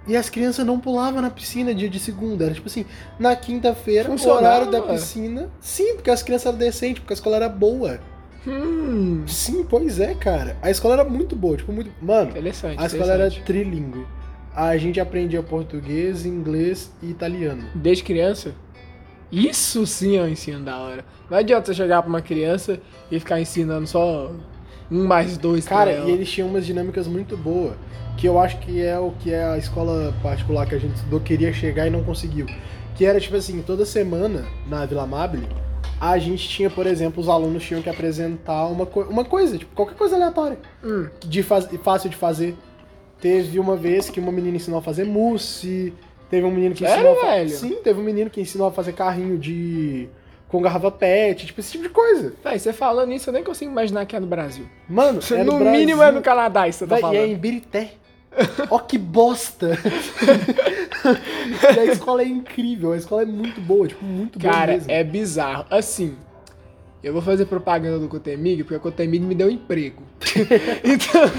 Speaker 1: E as crianças não pulavam na piscina dia de segunda. Era tipo assim, na quinta-feira, o
Speaker 2: Funcionava.
Speaker 1: horário da piscina. Sim, porque as crianças eram decentes, porque a escola era boa.
Speaker 2: Hum.
Speaker 1: Sim, pois é, cara. A escola era muito boa, tipo, muito. Mano,
Speaker 2: Interessante.
Speaker 1: a escola era
Speaker 2: interessante.
Speaker 1: trilingue. A gente aprendia português, inglês e italiano.
Speaker 2: Desde criança? Isso sim é um ensino da hora. Não adianta você chegar pra uma criança e ficar ensinando só um mais dois pra
Speaker 1: Cara,
Speaker 2: ela.
Speaker 1: e eles tinham umas dinâmicas muito boas, que eu acho que é o que é a escola particular que a gente estudou queria chegar e não conseguiu. Que era tipo assim, toda semana na Vila Amable, a gente tinha, por exemplo, os alunos tinham que apresentar uma, co- uma coisa, tipo, qualquer coisa aleatória,
Speaker 2: Hum,
Speaker 1: de faz- fácil de fazer. Teve uma vez que uma menina ensinou a fazer mousse, teve um menino que
Speaker 2: Sério,
Speaker 1: ensinou a fa-
Speaker 2: velho?
Speaker 1: Sim, teve um menino que ensinou a fazer carrinho de com garrafa pet, tipo esse tipo de coisa.
Speaker 2: Véi, você falando isso, eu nem consigo imaginar que é no Brasil.
Speaker 1: Mano, é
Speaker 2: no
Speaker 1: Brasil.
Speaker 2: mínimo é no Canadá isso que você tá
Speaker 1: Vai, e é
Speaker 2: falando.
Speaker 1: em Birité. Ó que bosta! e a escola é incrível, a escola é muito boa, tipo, muito boa
Speaker 2: Cara,
Speaker 1: mesmo.
Speaker 2: é bizarro. Assim, eu vou fazer propaganda do Cotemig, porque a Cotemig me deu emprego. então,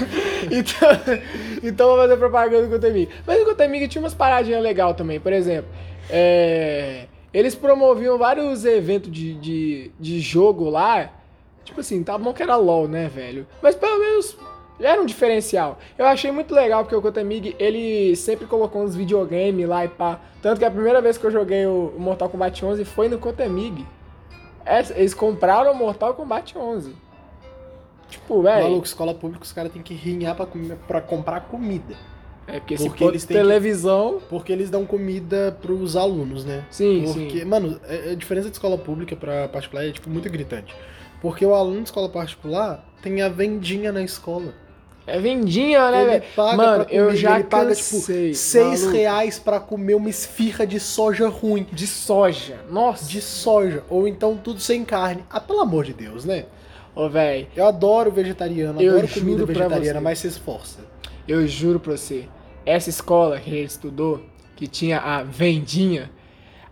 Speaker 2: então, então eu vou fazer propaganda do Cotemig. Mas o Cotemig tinha umas paradinhas legais também. Por exemplo, é, eles promoviam vários eventos de, de, de jogo lá. Tipo assim, tá bom que era LOL, né, velho? Mas pelo menos já era um diferencial. Eu achei muito legal porque o Kotamig, ele sempre colocou uns videogame lá e pá. Tanto que a primeira vez que eu joguei o o Mortal Kombat 11 foi no Kotamig. Essa- Eles compraram o Mortal Kombat 11. Tipo, velho.
Speaker 1: Maluco, escola pública, os caras têm que rinhar pra, comer- pra comprar comida.
Speaker 2: É porque se
Speaker 1: Porque
Speaker 2: for
Speaker 1: eles têm que-
Speaker 2: televisão.
Speaker 1: Porque eles dão comida pros alunos, né?
Speaker 2: Sim,
Speaker 1: Porque,
Speaker 2: sim.
Speaker 1: mano, é- a diferença de escola pública pra particular é, tipo, muito gritante. Porque o aluno de escola particular tem a vendinha na escola.
Speaker 2: É vendinha, né,
Speaker 1: ele
Speaker 2: velho?
Speaker 1: paga
Speaker 2: Mano,
Speaker 1: pra comer,
Speaker 2: eu já
Speaker 1: ele paga,
Speaker 2: cansei,
Speaker 1: tipo, 6
Speaker 2: maluco.
Speaker 1: reais pra comer uma esfirra de soja ruim.
Speaker 2: De soja. Nossa.
Speaker 1: de soja, ou então tudo sem carne. Ah, pelo amor de Deus, né?
Speaker 2: Ô, velho.
Speaker 1: Eu adoro vegetariano,
Speaker 2: Eu
Speaker 1: adoro
Speaker 2: juro
Speaker 1: comida
Speaker 2: pra
Speaker 1: vegetariana,
Speaker 2: você.
Speaker 1: mas se esforça.
Speaker 2: Eu juro pra você, essa escola que a gente estudou, que tinha a vendinha,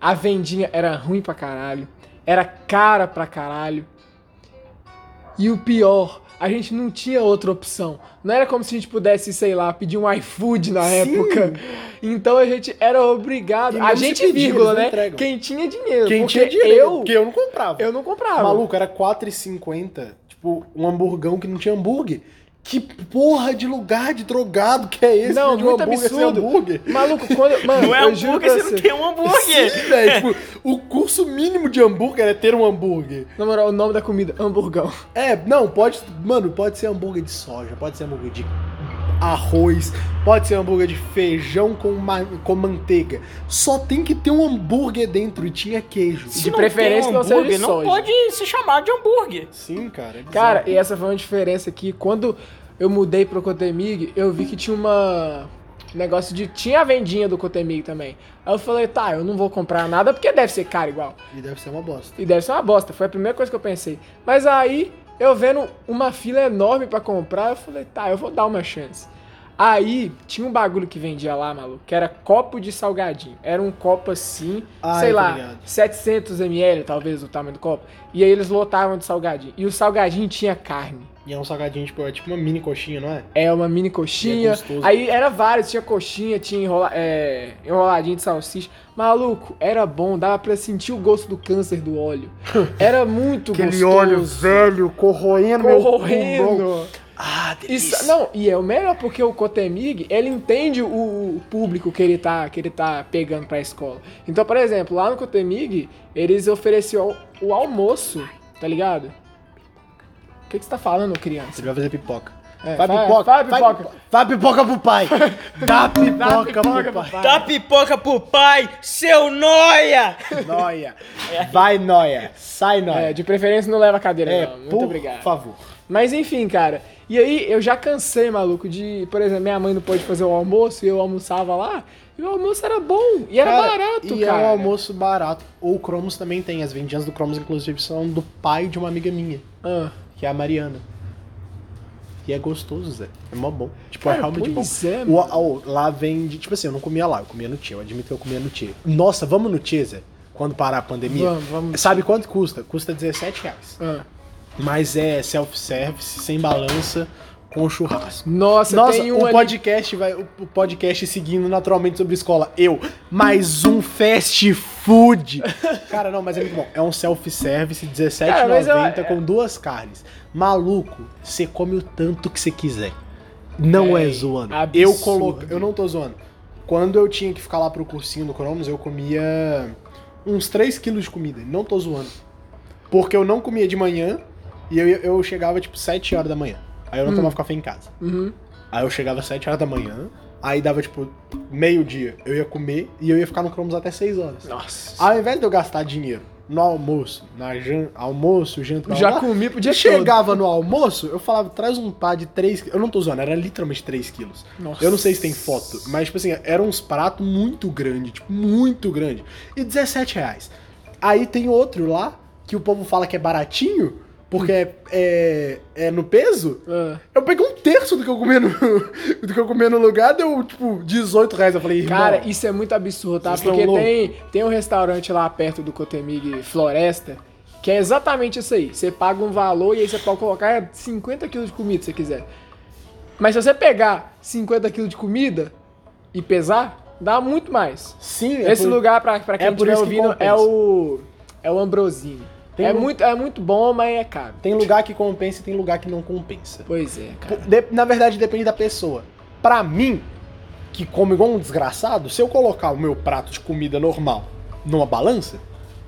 Speaker 2: a vendinha era ruim pra caralho, era cara pra caralho. E o pior, a gente não tinha outra opção. Não era como se a gente pudesse, sei lá, pedir um iFood na
Speaker 1: Sim.
Speaker 2: época. Então a gente era obrigado.
Speaker 1: E
Speaker 2: A
Speaker 1: mesmo se
Speaker 2: gente,
Speaker 1: pedir,
Speaker 2: vírgula,
Speaker 1: eles não
Speaker 2: né?
Speaker 1: entregam.
Speaker 2: Quem tinha dinheiro.
Speaker 1: Quem
Speaker 2: porque
Speaker 1: tinha dinheiro,
Speaker 2: Eu,
Speaker 1: porque eu não comprava.
Speaker 2: eu não comprava.
Speaker 1: Maluco, era 4,50, tipo, um hamburgão que não tinha hambúrguer. Que porra de lugar de drogado que é esse?
Speaker 2: Não,
Speaker 1: Pedir um
Speaker 2: muito
Speaker 1: hambúrguer sem
Speaker 2: absurdo.
Speaker 1: hambúrguer?
Speaker 2: Maluco, quando. Mano,
Speaker 3: Não é
Speaker 2: eu juro
Speaker 3: hambúrguer,
Speaker 2: pra
Speaker 3: você,
Speaker 2: você.
Speaker 3: não tem um hambúrguer.
Speaker 1: Sim, velho. tipo, o curso mínimo de hambúrguer é ter um hambúrguer.
Speaker 2: Na moral, o nome da comida, hamburgão.
Speaker 1: É, não, pode. Mano, pode ser hambúrguer de soja, pode ser hambúrguer de arroz, pode ser hambúrguer de feijão com, ma- com manteiga. Só tem que ter um hambúrguer dentro e tinha queijo.
Speaker 2: De preferência
Speaker 3: não
Speaker 2: não
Speaker 3: tem
Speaker 2: seja
Speaker 3: um hambúrguer,
Speaker 2: de
Speaker 3: não
Speaker 2: soja.
Speaker 3: pode se chamar de hambúrguer.
Speaker 1: Sim, cara. é bizarro.
Speaker 2: Cara, e essa foi uma diferença que quando eu mudei pro Cotemig, eu vi que tinha uma um negócio de tinha a vendinha do Cotemig também. Aí eu falei, tá, eu não vou comprar nada porque deve ser caro igual.
Speaker 1: E deve ser uma bosta.
Speaker 2: E deve ser uma bosta, foi a primeira coisa que eu pensei. Mas aí eu vendo uma fila enorme pra comprar, eu falei, tá, eu vou dar uma chance. Aí tinha um bagulho que vendia lá, maluco, que era copo de salgadinho. Era um copo assim,
Speaker 1: Ah,
Speaker 2: sei
Speaker 1: eu tô
Speaker 2: lá,
Speaker 1: ligado.
Speaker 2: 700 ml talvez o tamanho do copo. E aí eles lotavam de salgadinho. E o salgadinho tinha carne.
Speaker 1: E é um salgadinho, tipo, é tipo uma mini coxinha, não é?
Speaker 2: É uma mini
Speaker 1: E é
Speaker 2: coxinha.
Speaker 1: gostoso.
Speaker 2: aí era vários, tinha coxinha, tinha enrola, é, enroladinho de salsicha. Maluco, era bom, dava pra sentir o gosto do câncer do óleo. Era muito gostoso.
Speaker 1: velho corroendo
Speaker 2: correndo.
Speaker 1: Ah, delícia.
Speaker 2: Isso, não, e é o melhor porque o Cotemig, ele entende o, o público que ele tá, que ele tá pegando pra escola. Então, por exemplo, lá no Cotemig, eles ofereciam o, o almoço, tá ligado? O que que você tá falando, criança?
Speaker 1: Você vai fazer pipoca.
Speaker 2: É,
Speaker 1: faz
Speaker 2: faz-
Speaker 1: pipoca.
Speaker 2: faz
Speaker 1: faz
Speaker 2: pipoca.
Speaker 1: pipo- Faz pipoca pro pai. Dá pipoca pro pai.
Speaker 3: Dá pipoca pro pai, seu noia!
Speaker 1: Noia. Vai, noia. Sai,
Speaker 2: É,
Speaker 1: noia.
Speaker 2: de preferência não leva a cadeira,
Speaker 1: É,
Speaker 2: não. Muito
Speaker 1: por
Speaker 2: obrigado.
Speaker 1: favor.
Speaker 2: Mas enfim, cara. E aí eu já cansei, maluco, de, por exemplo, minha mãe não pôde fazer o almoço e eu almoçava lá. E o almoço era bom e era
Speaker 1: Cara,
Speaker 2: É barato,
Speaker 1: e
Speaker 2: cara.
Speaker 1: é um almoço barato. O Cromos também tem. As vendinhas do Cromos, inclusive, são do pai de uma amiga minha,
Speaker 2: Ah,
Speaker 1: que é a Mariana. E é gostoso, Zé. É mó bom. Tipo, é
Speaker 2: Cara,
Speaker 1: realmente bom.
Speaker 2: pois é,
Speaker 1: O-
Speaker 2: mano.
Speaker 1: o- lá vende. Tipo assim, eu não comia lá, eu comia no Tia. Eu admito que eu comia no Tia. Nossa, vamos no Tia, Zé? Quando parar a pandemia?
Speaker 2: Vamos, vamos.
Speaker 1: Sabe quanto custa? Custa 17 reais.
Speaker 2: ah.
Speaker 1: Mas é self-service, sem balança, com churrasco.
Speaker 2: Nossa,
Speaker 1: Nossa,
Speaker 2: tem um
Speaker 1: o
Speaker 2: ali-
Speaker 1: podcast vai. O o podcast seguindo naturalmente sobre escola. Eu, mais um fast food. Cara, não, mas é muito bom. É um self-service
Speaker 2: Cara, mas eu-
Speaker 1: R$17,90 com duas carnes. Maluco, você come o tanto que você quiser. Não é,
Speaker 2: É,
Speaker 1: zoando.
Speaker 2: absurdo.
Speaker 1: Eu coloco. Eu não tô zoando. Quando eu tinha que ficar lá pro cursinho do Cromos, eu comia uns 3 quilos de comida. Não tô zoando. Porque eu não comia de manhã e eu, eu chegava tipo 7 horas da manhã. Aí
Speaker 2: Hum.
Speaker 1: eu não tomava café em casa.
Speaker 2: Uhum.
Speaker 1: Aí eu chegava às 7 horas da manhã, aí dava tipo meio-dia, eu ia comer e eu ia ficar no Cromos até 6 horas.
Speaker 2: Nossa.
Speaker 1: Ao invés de eu gastar dinheiro no almoço, na jan almoço, janta, blá,
Speaker 2: já
Speaker 1: blá,
Speaker 2: comi pro dia
Speaker 1: chegava no almoço, eu falava, traz um par de 3 Eu não tô zoando, era literalmente 3 quilos.
Speaker 2: todo. Nossa.
Speaker 1: Eu não sei se tem foto, mas tipo assim, eram uns pratos muito grandes, tipo, muito grande. E 17 reais. Aí tem outro lá, que o povo fala que é baratinho, porque é, é, é no peso.
Speaker 2: Ah.
Speaker 1: Eu peguei um terço do que eu comia no, do que eu comia no lugar, deu tipo 18 reais. Eu falei, irmão,
Speaker 2: Cara, isso é muito absurdo, tá?
Speaker 1: Vocês tão
Speaker 2: Porque
Speaker 1: louco.
Speaker 2: tem, tem um restaurante lá perto do Cotemig Floresta, que é exatamente isso aí. Você paga um valor e aí você pode colocar 50 quilos de comida se você quiser. Mas se você pegar 50 quilos de comida e pesar, dá muito mais.
Speaker 1: sim, é
Speaker 2: Esse
Speaker 1: por-
Speaker 2: lugar, pra, pra quem
Speaker 1: é por
Speaker 2: estiver
Speaker 1: isso que
Speaker 2: ouvindo, é
Speaker 1: compensa.
Speaker 2: o. É o Ambrosini.
Speaker 1: Tem
Speaker 2: É,
Speaker 1: um-
Speaker 2: muito, é muito bom, mas é caro.
Speaker 1: Tem um- lugar que compensa e tem lugar que não compensa.
Speaker 2: Pois é, cara.
Speaker 1: De- na verdade, depende da pessoa. Pra mim, que como igual um desgraçado, se eu colocar o meu prato de comida normal numa balança,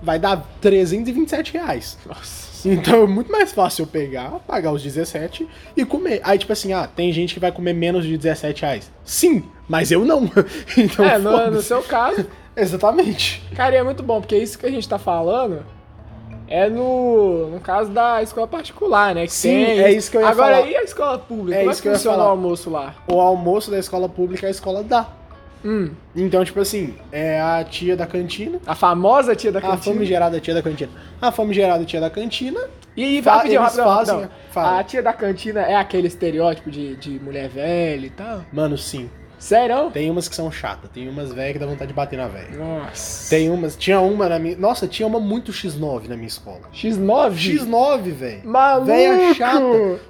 Speaker 1: vai dar 327 reais.
Speaker 2: Nossa.
Speaker 1: Então é muito mais fácil eu pegar, pagar os 17 e comer. Aí, tipo assim, ah, tem gente que vai comer menos de 17 reais. Sim, mas eu não. Então,
Speaker 2: é, no, no
Speaker 1: foda-se.
Speaker 2: seu caso,
Speaker 1: Exatamente.
Speaker 2: cara, e é muito bom, porque isso que a gente tá falando é no, no caso da escola particular, né? Que
Speaker 1: Sim,
Speaker 2: tem
Speaker 1: é isso que eu ia
Speaker 2: Agora,
Speaker 1: falar.
Speaker 2: e a escola pública?
Speaker 1: É
Speaker 2: Como é
Speaker 1: isso que
Speaker 2: que,
Speaker 1: eu ia
Speaker 2: funciona o
Speaker 1: falar.
Speaker 2: almoço lá?
Speaker 1: O almoço da escola pública é a escola dá.
Speaker 2: Hum,
Speaker 1: Então, tipo assim, é a tia da cantina,
Speaker 2: a famosa tia da
Speaker 1: a
Speaker 2: cantina.
Speaker 1: famigerada tia da cantina. A famigerada tia da cantina
Speaker 2: E, e
Speaker 1: Fa-
Speaker 2: rapidinho,
Speaker 1: eles
Speaker 2: rapidão,
Speaker 1: fazem-
Speaker 2: rapidão.
Speaker 1: fala.
Speaker 2: A tia da cantina é aquele estereótipo de, de mulher velha e tal.
Speaker 1: Mano, sim.
Speaker 2: Sério?
Speaker 1: Tem umas que são chatas. Tem umas velhas que dá vontade de bater na velha.
Speaker 2: Nossa.
Speaker 1: Tem umas. Tinha uma na minha. Nossa, tinha uma muito X9 na minha escola.
Speaker 2: X9?
Speaker 1: X9, velho.
Speaker 2: Maluco!
Speaker 1: Velha chata.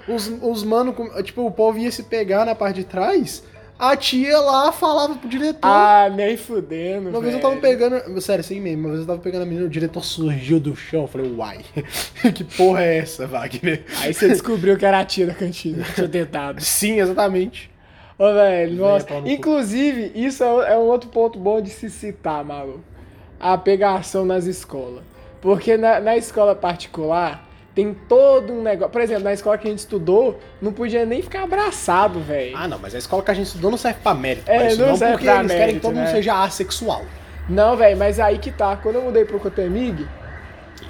Speaker 1: Os, os mano. com- Tipo, o povo ia se pegar na parte de trás. A tia lá falava pro diretor.
Speaker 2: Ah, nem fudendo,
Speaker 1: Uma vez eu
Speaker 2: velho.
Speaker 1: tava pegando. Sério, sem meme. Uma vez eu tava pegando a menina, o diretor surgiu do chão. Eu falei, uai. que porra é essa, Wagner?
Speaker 2: Aí você descobriu que era a tia da cantina, tinha tentado.
Speaker 1: Sim, exatamente.
Speaker 2: Ô, velho, nossa.
Speaker 1: pau no cu.
Speaker 2: Inclusive, isso é, o- é um outro ponto bom de se citar, maluco. A pegação nas escolas. Porque na, na escola particular, Tem todo um negócio. Por exemplo, na escola que a gente estudou, não podia nem ficar abraçado, velho.
Speaker 1: Ah, não, mas a escola que a gente estudou não serve pra mérito.
Speaker 2: É,
Speaker 1: pra isso,
Speaker 2: não
Speaker 1: não,
Speaker 2: serve
Speaker 1: porque
Speaker 2: pra
Speaker 1: eles querem
Speaker 2: mérito,
Speaker 1: que todo mundo
Speaker 2: né?
Speaker 1: seja assexual.
Speaker 2: Não, velho, mas aí que tá. Quando eu mudei pro Cotemig,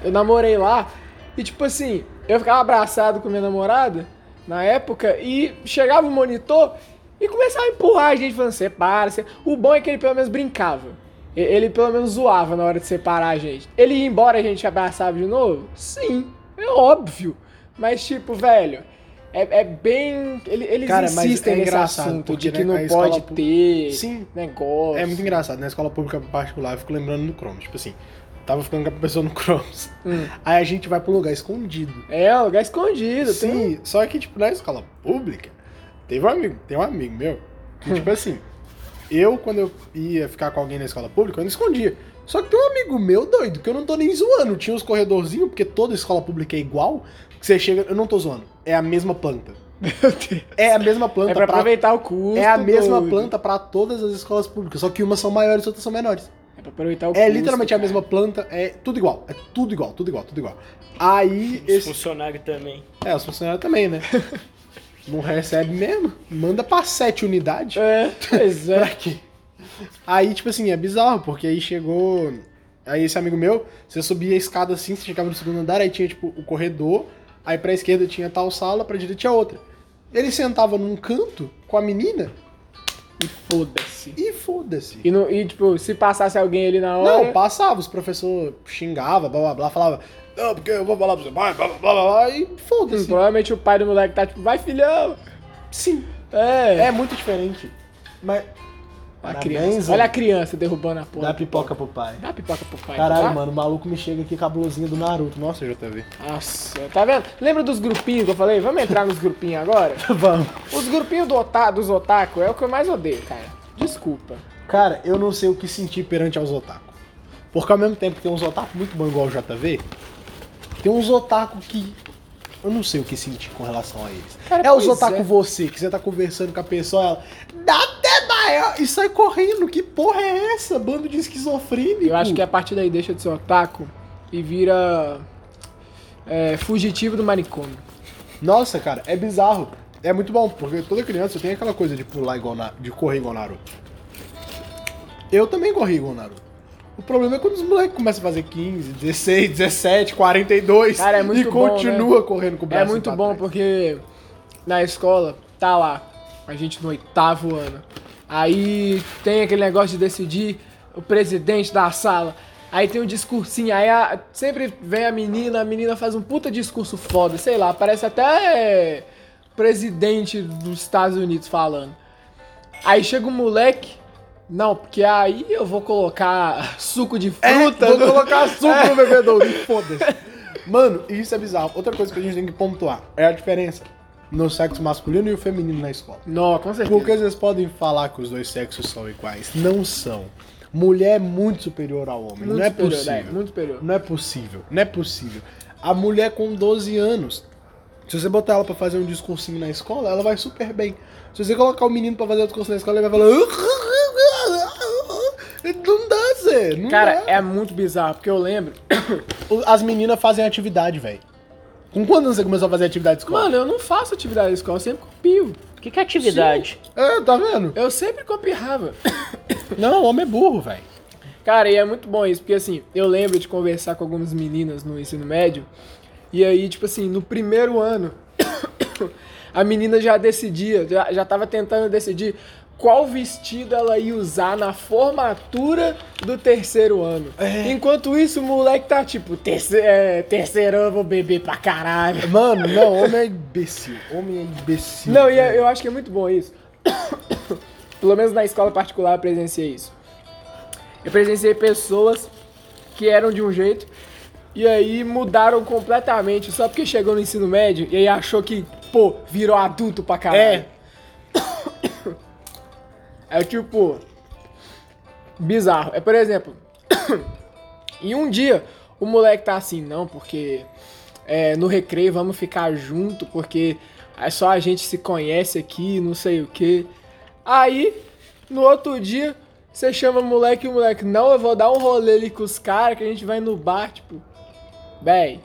Speaker 2: eu namorei lá e, tipo assim, eu ficava abraçado com minha namorada na época e chegava o monitor e começava a empurrar a gente, falando: separa, você... O bom é que ele pelo menos brincava. E- Ele pelo menos zoava na hora de separar a gente. Ele ia embora e a gente abraçava de novo? Sim, é óbvio. Mas, tipo, velho, é, é bem. ele- Eles
Speaker 1: Cara, mas
Speaker 2: insistem
Speaker 1: é
Speaker 2: nesse
Speaker 1: engraçado,
Speaker 2: assunto
Speaker 1: porque,
Speaker 2: de
Speaker 1: né,
Speaker 2: que não
Speaker 1: a escola
Speaker 2: pode
Speaker 1: pú-
Speaker 2: ter
Speaker 1: Sim.
Speaker 2: negócio.
Speaker 1: É muito engraçado, na escola pública particular, eu fico lembrando do Chrome. Tipo assim, tava ficando com a pessoa no Chrome.
Speaker 2: Hum.
Speaker 1: Aí a gente vai pra um lugar escondido.
Speaker 2: É, um lugar escondido. tem um-
Speaker 1: Sim, só que, tipo, na escola pública, teve um amigo, tem um amigo meu, que, tipo assim, eu, quando eu ia ficar com alguém na escola pública, eu não escondia. Só que tem um amigo meu doido, que eu não tô nem zoando. Tinha uns corredorzinhos, porque toda escola pública é igual, que você chega. Eu não tô zoando. É a mesma planta. É a mesma planta
Speaker 2: um- É pra
Speaker 1: pra
Speaker 2: aproveitar o custo.
Speaker 1: É a mesma
Speaker 2: doido.
Speaker 1: planta pra todas as escolas públicas, só que umas são maiores e outras são menores.
Speaker 2: É pra aproveitar o
Speaker 1: É
Speaker 2: custo,
Speaker 1: literalmente a
Speaker 2: cara.
Speaker 1: mesma planta, é tudo igual, é tudo igual, tudo igual, tudo igual. Aí
Speaker 3: Esse
Speaker 1: esse
Speaker 3: funcionário também.
Speaker 1: é os funcionários também, né? Não recebe mesmo, manda pra sete unidades.
Speaker 2: É, pois é.
Speaker 1: Pra quê? Aí tipo assim, é bizarro, porque aí chegou aí esse amigo meu, você subia a escada assim, você chegava no segundo andar, aí tinha tipo o corredor, aí pra esquerda tinha tal sala, pra direita tinha outra. Ele sentava num canto com a menina
Speaker 2: E foda-se.
Speaker 1: e foda-se.
Speaker 2: E, não- e, tipo, se passasse alguém ali na hora.
Speaker 1: Não, passava, os professores xingavam, blá blá blá, falava, não, porque eu vou falar pra você, vai, blá blá blá, blá, blá", e
Speaker 2: hum,
Speaker 1: foda-se.
Speaker 2: Provavelmente o pai do moleque tá tipo, vai filhão!
Speaker 1: Sim,
Speaker 2: É.
Speaker 1: é muito diferente. Mas.
Speaker 2: a
Speaker 1: Parabéns,
Speaker 2: criança.
Speaker 1: hein?
Speaker 2: Olha a criança derrubando a porra.
Speaker 1: Dá é pipoca pro pai.
Speaker 2: Dá pipoca pro pai.
Speaker 1: Caralho,
Speaker 2: tá?
Speaker 1: mano, o maluco me chega aqui com a blusinha do Naruto. Nossa, eu já tá vendo.
Speaker 2: Nossa, tá vendo? Lembra dos grupinhos que eu falei? Vamos entrar nos grupinhos agora?
Speaker 1: Vamos.
Speaker 2: Os grupinhos do ota- dos otaku é o que eu mais odeio, cara. Desculpa.
Speaker 1: Cara, eu não sei o que sentir perante aos otaku. Porque ao mesmo tempo que tem uns otaku muito bom igual o JV, tem uns otaku que. Eu não sei o que sentir com relação a eles.
Speaker 2: Cara,
Speaker 1: é os
Speaker 2: pois
Speaker 1: otaku
Speaker 2: é.
Speaker 1: você, que você tá conversando com a pessoa, ela. Dá até maior! E sai correndo. Que porra é essa? Bando de esquizofrênico.
Speaker 2: Eu acho que é a partir daí deixa de ser um otaku e vira é, fugitivo do manicômio.
Speaker 1: Nossa, cara, é bizarro. É muito bom, porque toda criança tem aquela coisa de pular igual na... de correr igual Naruto. Eu também corri igual Naruto. O problema é quando os moleques começam a fazer 15, 16, 17, 42
Speaker 2: Cara, é muito
Speaker 1: e
Speaker 2: bom,
Speaker 1: continua correndo com o braço
Speaker 2: É muito
Speaker 1: pra
Speaker 2: bom
Speaker 1: trás.
Speaker 2: porque na escola tá lá, a gente no oitavo ano. Aí tem aquele negócio de decidir o presidente da sala. Aí tem um discursinho, aí a- sempre vem a menina, a menina faz um puta discurso foda, sei lá, parece até é, presidente dos Estados Unidos falando. Aí chega o moleque, não, porque aí eu vou colocar suco de fruta.
Speaker 1: É,
Speaker 2: É.
Speaker 1: Vou
Speaker 2: no-
Speaker 1: colocar suco no bebedouro e foda-se. é. Mano, isso é bizarro. Outra coisa que a gente tem que pontuar é a diferença no sexo masculino e o feminino na escola.
Speaker 2: Não, com certeza.
Speaker 1: Porque vocês podem falar que os dois sexos são iguais. Não são. Mulher é muito superior ao homem.
Speaker 2: Muito
Speaker 1: não é
Speaker 2: superior,
Speaker 1: possível.
Speaker 2: né? Muito superior.
Speaker 1: Não é possível. Não é possível. A mulher com 12 anos, se você botar ela pra fazer um discursinho na escola, ela vai super bem. Se você colocar o menino pra fazer um discurso na escola, ele vai falar. ah, Não dá, Zé. Não
Speaker 2: Cara,
Speaker 1: dá.
Speaker 2: é muito bizarro, porque eu lembro.
Speaker 1: as meninas fazem atividade, velho. Com quantos anos você começou a fazer atividade de escola?
Speaker 2: Mano, eu não faço atividade na escola, eu sempre copio.
Speaker 3: O que, que é atividade?
Speaker 1: É, tá vendo?
Speaker 2: Eu sempre copiava.
Speaker 1: Não, o homem é burro, velho.
Speaker 2: Cara, e é muito bom isso, porque assim, eu lembro de conversar com algumas meninas no ensino médio, e aí, tipo assim, no primeiro ano, a menina já decidia, já, já tava tentando decidir qual vestido ela ia usar na formatura do terceiro ano. Enquanto isso, o moleque tá tipo, terceiro, é, terceiro ano eu vou beber pra caralho.
Speaker 1: Mano, não, homem é imbecil. Homem é imbecil.
Speaker 2: Não, e eu eu acho que é muito bom isso. Pelo menos na escola particular eu presenciei isso. Eu presenciei pessoas que eram de um jeito e aí mudaram completamente só porque chegou no ensino médio e aí achou que, pô, virou adulto pra caralho.
Speaker 1: É.
Speaker 2: É tipo. Bizarro. É por exemplo. e um dia o moleque tá assim, não, porque é, no recreio vamos ficar junto, porque é só a gente se conhece aqui, não sei o quê. Aí, no outro dia, você chama o moleque e o moleque, não, eu vou dar um rolê ali com os caras, que a gente vai no bar, tipo. Véi,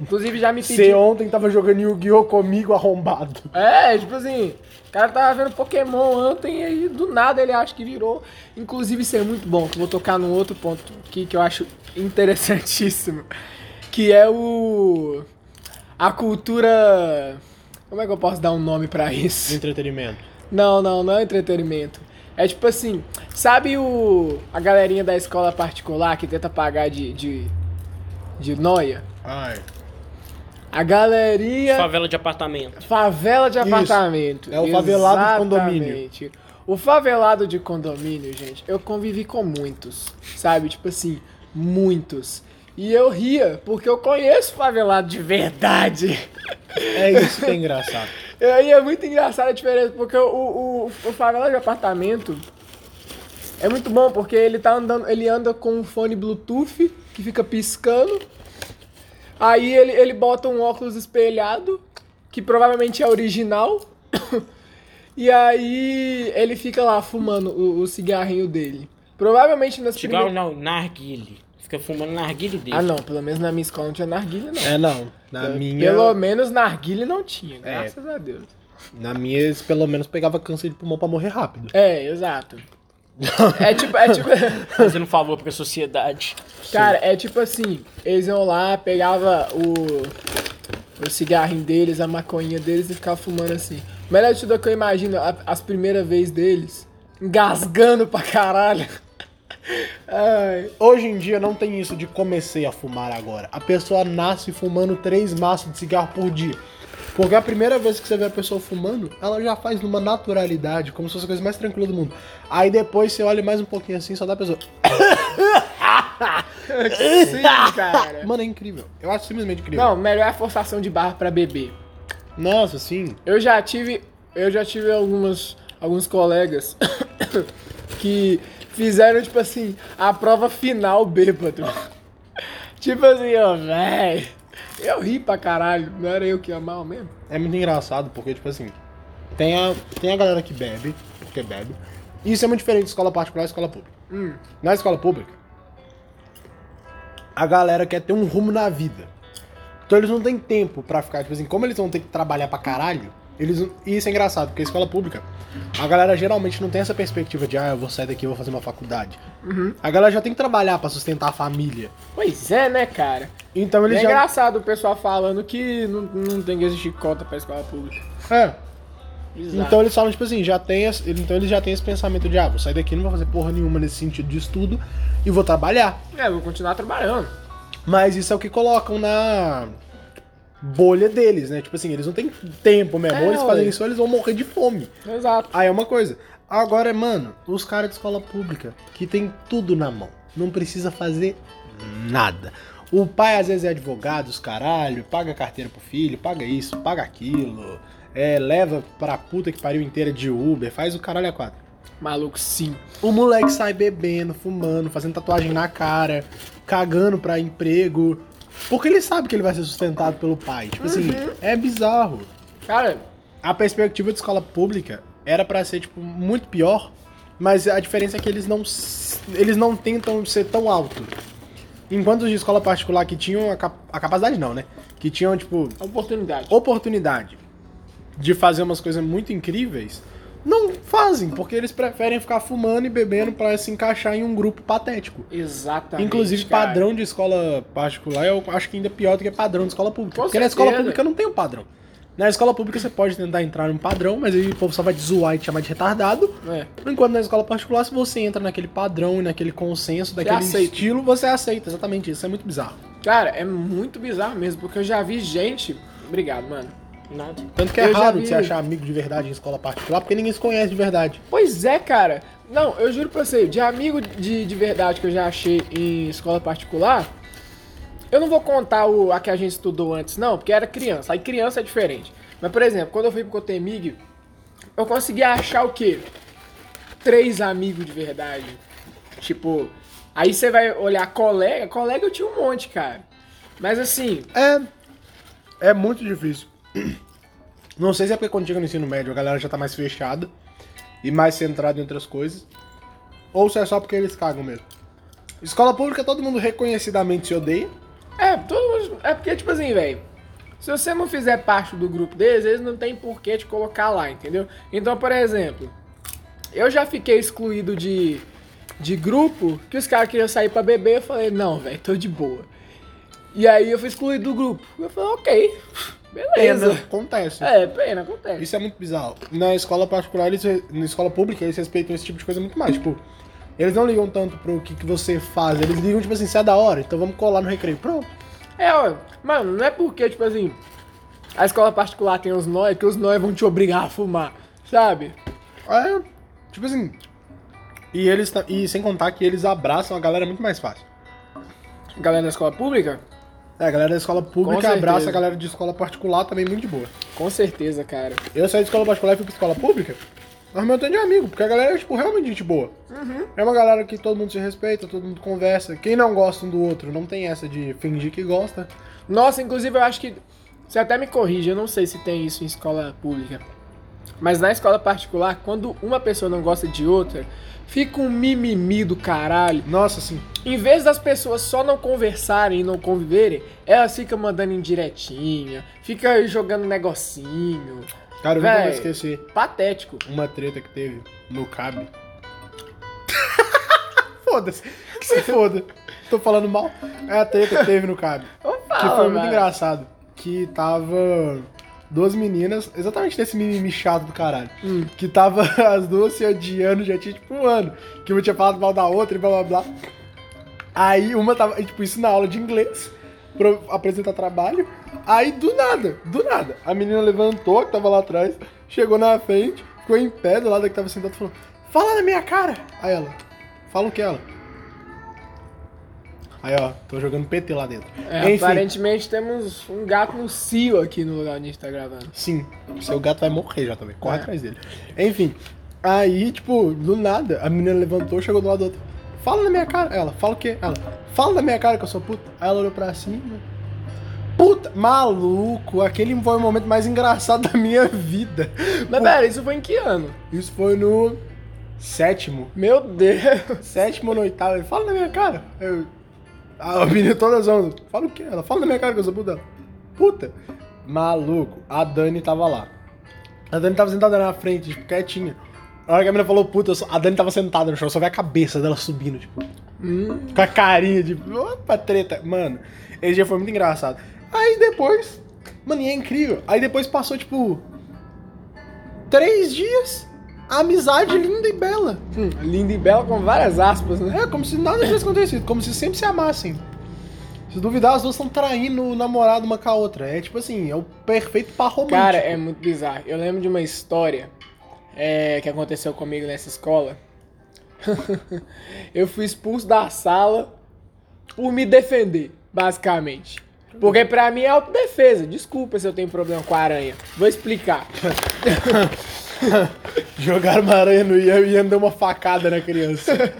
Speaker 2: Inclusive já me
Speaker 1: Você
Speaker 2: pediu.
Speaker 1: ontem tava jogando Yu-Gi-Oh! comigo arrombado.
Speaker 2: É, tipo assim, o cara tava vendo Pokémon ontem e aí do nada ele acha que virou. Inclusive, isso é muito bom, que eu vou tocar num outro ponto aqui que eu acho interessantíssimo. Que é o. A cultura. Como é que eu posso dar um nome pra isso?
Speaker 1: Entretenimento.
Speaker 2: Não, não, não é entretenimento. É tipo assim, sabe o. A galerinha da escola particular que tenta pagar de. de. de noia?
Speaker 1: Ai.
Speaker 2: A galerinha.
Speaker 3: é. Favela de apartamento.
Speaker 2: Favela de apartamento.
Speaker 1: É o favelado de condomínio.
Speaker 2: Exatamente. O favelado de condomínio, gente, eu convivi com muitos, sabe? Tipo assim, muitos. E eu ria, porque eu conheço favelado de verdade.
Speaker 1: É isso que é engraçado.
Speaker 2: E aí é muito engraçada a diferença, porque o, o, o favela de apartamento é muito bom, porque ele tá andando, ele anda com um fone Bluetooth que fica piscando. Aí ele, ele bota um óculos espelhado, que provavelmente é original. E aí ele fica lá fumando o, o cigarrinho dele. Provavelmente nas
Speaker 3: Cigarro
Speaker 2: primeiras-
Speaker 3: não, narguile. Fica fumando narguile dele.
Speaker 2: Ah não, pelo menos na minha escola não tinha narguilha, não.
Speaker 1: um- É, não. Na minha, É.
Speaker 2: Pelo menos narguilha não tinha, graças a Deus.
Speaker 1: na minha, eles pelo menos pegava câncer de pulmão pra morrer rápido.
Speaker 2: É, exato. É tipo, é tipo,
Speaker 3: Fazendo favor pra sociedade.
Speaker 2: cara, é tipo assim, eles iam lá, pegava o, o cigarrinho deles, a maconha deles e ficava fumando assim. Melhor de tudo é que eu imagino a- as primeiras vezes deles, engasgando pra caralho. Ai,
Speaker 1: Hoje em dia não tem isso de comecei a fumar agora. A pessoa nasce fumando três maços de cigarro por dia. Porque a primeira vez que você vê a pessoa fumando, ela já faz numa naturalidade, como se fosse a coisa mais tranquila do mundo. Aí depois você olha mais um pouquinho assim, só dá a pessoa.
Speaker 2: é sim, cara.
Speaker 1: Mano, é incrível. Eu acho simplesmente incrível.
Speaker 2: Não, melhor é a forçação de barra pra beber.
Speaker 1: Nossa, assim, sim.
Speaker 2: Eu já tive, eu já tive algumas, alguns colegas que fizeram, tipo assim, a prova final bêbado. tipo assim, ó, véi. Eu ri pra caralho, não era eu que ia mal mesmo?
Speaker 1: É muito engraçado, porque, tipo assim, tem a, tem a galera que bebe, porque bebe. E Isso é muito diferente de escola particular e escola pública.
Speaker 2: Hum,
Speaker 1: Na escola pública, a galera quer ter um rumo na vida. Então eles não têm tempo pra ficar, tipo assim, como eles vão ter que trabalhar pra caralho, eles não- e isso é engraçado, porque a escola pública, a galera geralmente não tem essa perspectiva de, ah, eu vou sair daqui e vou fazer uma faculdade.
Speaker 2: uhum.
Speaker 1: A galera já tem que trabalhar pra sustentar a família.
Speaker 2: Pois é, né, cara?
Speaker 1: Então
Speaker 2: E
Speaker 1: eles
Speaker 2: é
Speaker 1: já.
Speaker 2: engraçado o pessoal falando que não, não tem que existir cota pra escola pública.
Speaker 1: É.
Speaker 2: Bizarro.
Speaker 1: Então eles falam, tipo assim, já tem esse, então eles já têm esse pensamento de, ah, vou sair daqui, não vou fazer porra nenhuma nesse sentido de estudo e vou trabalhar.
Speaker 2: É, vou continuar trabalhando.
Speaker 1: Mas isso é o que colocam na bolha deles, né? Tipo assim, eles não têm tempo mesmo.
Speaker 2: É,
Speaker 1: Ou eles
Speaker 2: ué.
Speaker 1: fazem isso, ou eles vão morrer de fome.
Speaker 2: Exato.
Speaker 1: Aí é uma coisa. Agora, mano, os caras de escola pública que tem tudo na mão. Não precisa fazer nada. O pai às vezes é advogado, os caralho, paga carteira pro filho, paga isso, paga aquilo, é, leva pra puta que pariu inteira de Uber, faz o caralho a quatro.
Speaker 2: Maluco, sim.
Speaker 1: O moleque sai bebendo, fumando, fazendo tatuagem na cara, cagando pra emprego. Porque ele sabe que ele vai ser sustentado pelo pai. Tipo assim, é bizarro.
Speaker 2: Cara,
Speaker 1: A perspectiva de escola pública era pra ser, tipo, muito pior, mas a diferença é que eles não, s- eles não tentam ser tão alto. Enquanto os de escola particular que tinham a, cap- a capacidade, não, né? Que tinham, tipo,
Speaker 2: oportunidade.
Speaker 1: oportunidade de fazer umas coisas muito incríveis, não fazem, porque eles preferem ficar fumando e bebendo pra se encaixar em um grupo patético.
Speaker 2: Exatamente.
Speaker 1: Inclusive,
Speaker 2: cara.
Speaker 1: padrão de escola particular eu acho que ainda é pior do que padrão de escola pública.
Speaker 2: Com
Speaker 1: porque na
Speaker 2: certeza.
Speaker 1: escola pública não tem um padrão. Na escola pública você pode tentar entrar num padrão, mas aí o povo só vai te zoar e te chamar de retardado.
Speaker 2: É.
Speaker 1: Enquanto na escola particular, se você entra naquele padrão e naquele consenso, daquele
Speaker 2: aceita.
Speaker 1: estilo, você aceita. Exatamente isso. É muito bizarro.
Speaker 2: Cara, é muito bizarro mesmo, porque eu já vi gente. Obrigado, mano.
Speaker 3: Nada.
Speaker 1: Tanto que é
Speaker 2: Eu já
Speaker 1: raro
Speaker 2: vi-
Speaker 1: de você achar amigo de verdade em escola particular, porque ninguém se conhece de verdade.
Speaker 2: Pois é, cara. Não, eu juro pra você, de amigo de, de verdade que eu já achei em escola particular, eu não vou contar o, a que a gente estudou antes, não, porque era criança. Aí criança é diferente. Mas, por exemplo, quando eu fui pro Cotemig, eu consegui achar o quê? Três amigos de verdade. Tipo, aí você vai olhar colega, colega eu tinha um monte, cara. Mas assim,
Speaker 1: É. É muito difícil. Não sei se é porque quando chega no ensino médio a galera já tá mais fechada e mais centrada em outras coisas. Ou se é só porque eles cagam mesmo. Escola pública todo mundo reconhecidamente se odeia.
Speaker 2: É, todo mundo- É porque, tipo assim, velho. Se você não fizer parte do grupo deles, eles não tem por que te colocar lá, entendeu? Então, por exemplo, eu já fiquei excluído de, de grupo que os caras queriam sair pra beber. Eu falei, não, velho, tô de boa. E aí eu fui excluído do grupo. Eu falei, ok,
Speaker 1: Pena,
Speaker 2: beleza.
Speaker 1: acontece.
Speaker 2: É, pena, acontece.
Speaker 1: Isso é muito bizarro. Na escola particular, eles, na escola pública, eles respeitam esse tipo de coisa muito mais. Tipo, eles não ligam tanto pro que, que você faz. Eles ligam, tipo assim, se é da hora, então vamos colar no recreio. Pronto.
Speaker 2: É, ó, mano, não é porque, tipo assim, a escola particular tem os nós que os nós vão te obrigar a fumar, sabe?
Speaker 1: É, tipo assim. E eles ta- e sem contar que eles abraçam a galera muito mais fácil.
Speaker 2: Galera da escola pública,
Speaker 1: É, a galera da escola pública
Speaker 2: certeza.
Speaker 1: abraça a galera de escola particular também muito de boa.
Speaker 2: com certeza, cara.
Speaker 1: Eu saí de escola particular e fui pra escola pública, mas meu tanto de amigo, porque a galera é, tipo, realmente gente boa.
Speaker 2: Uhum.
Speaker 1: É uma galera que todo mundo se respeita, todo mundo conversa. Quem não gosta um do outro não tem essa de fingir que gosta.
Speaker 2: Nossa, inclusive eu acho que. Você até me corrige, eu não sei se tem isso em escola pública. Mas na escola particular, quando uma pessoa não gosta de outra, fica um mimimi do caralho.
Speaker 1: Nossa, assim,
Speaker 2: Em vez das pessoas só não conversarem e não conviverem, elas ficam mandando indiretinha, fica jogando negocinho.
Speaker 1: cara, eu
Speaker 2: Véi.
Speaker 1: nunca vou esquecer
Speaker 2: Patético.
Speaker 1: uma treta que teve no CAB. Foda-se, que se foda. Tô falando mal. É a treta que teve no CAB.
Speaker 2: Opa,
Speaker 1: Que foi muito engraçado. Que tava duas meninas, exatamente desse mimimi chato do caralho. Que tava as duas se odiando, já tinha tipo um ano. Que uma tinha falado mal da outra e blá blá blá. Aí uma tava, tipo, isso na aula de inglês, pra apresentar trabalho. Aí do nada, do nada, a menina levantou, que tava lá atrás, chegou na frente, ficou em pé do lado da que tava sentada e falou: Fala na minha cara! Aí ela, fala o que é, ela? Aí ó, tô jogando PT lá dentro.
Speaker 2: É,
Speaker 1: Enfim.
Speaker 2: aparentemente temos um gato no cio aqui no lugar onde a gente tá gravando.
Speaker 1: Sim, seu gato vai morrer já também. Corre
Speaker 2: É.
Speaker 1: atrás dele. Enfim, aí, tipo, do nada, a menina levantou, chegou do lado do outro. Fala na minha cara. Ela, fala o quê? Ela, fala na minha cara que eu sou puta. Aí ela olhou pra cima. né? Puta, maluco, aquele foi o momento mais engraçado da minha vida.
Speaker 2: Mas é- pera, isso foi em que ano?
Speaker 1: Isso foi no sétimo.
Speaker 2: Meu Deus.
Speaker 1: Sétimo ou no oitavo. Ele, fala na minha cara. Eu, a menina toda zoando. Fala o quê? Ela, fala na minha cara que eu sou puta. Ela, Puta. Maluco, a Dani tava lá. A Dani tava sentada na frente, tipo, quietinha. Na hora que a menina falou, puta, eu só- a Dani tava sentada no chão, eu só vi a cabeça dela subindo, tipo,
Speaker 2: Hum.
Speaker 1: com a carinha de, opa, treta. Mano, esse dia foi muito engraçado. Aí depois, mano, e é incrível. Aí depois passou, tipo, três dias, a amizade linda e bela.
Speaker 2: Hum, Linda e bela com várias aspas, né?
Speaker 1: É, como se nada tivesse acontecido, como se sempre se amassem. Se duvidar, as duas estão traindo o namorado uma com a outra. É tipo assim, é o perfeito par romântico.
Speaker 2: Cara, é muito bizarro. Eu lembro de uma história é, que aconteceu comigo nessa escola. eu fui expulso da sala por me defender, basicamente. Porque pra mim é autodefesa. Desculpa se eu tenho problema com a aranha. Vou explicar.
Speaker 1: Jogaram uma aranha no Ian e Ian deu uma facada na criança.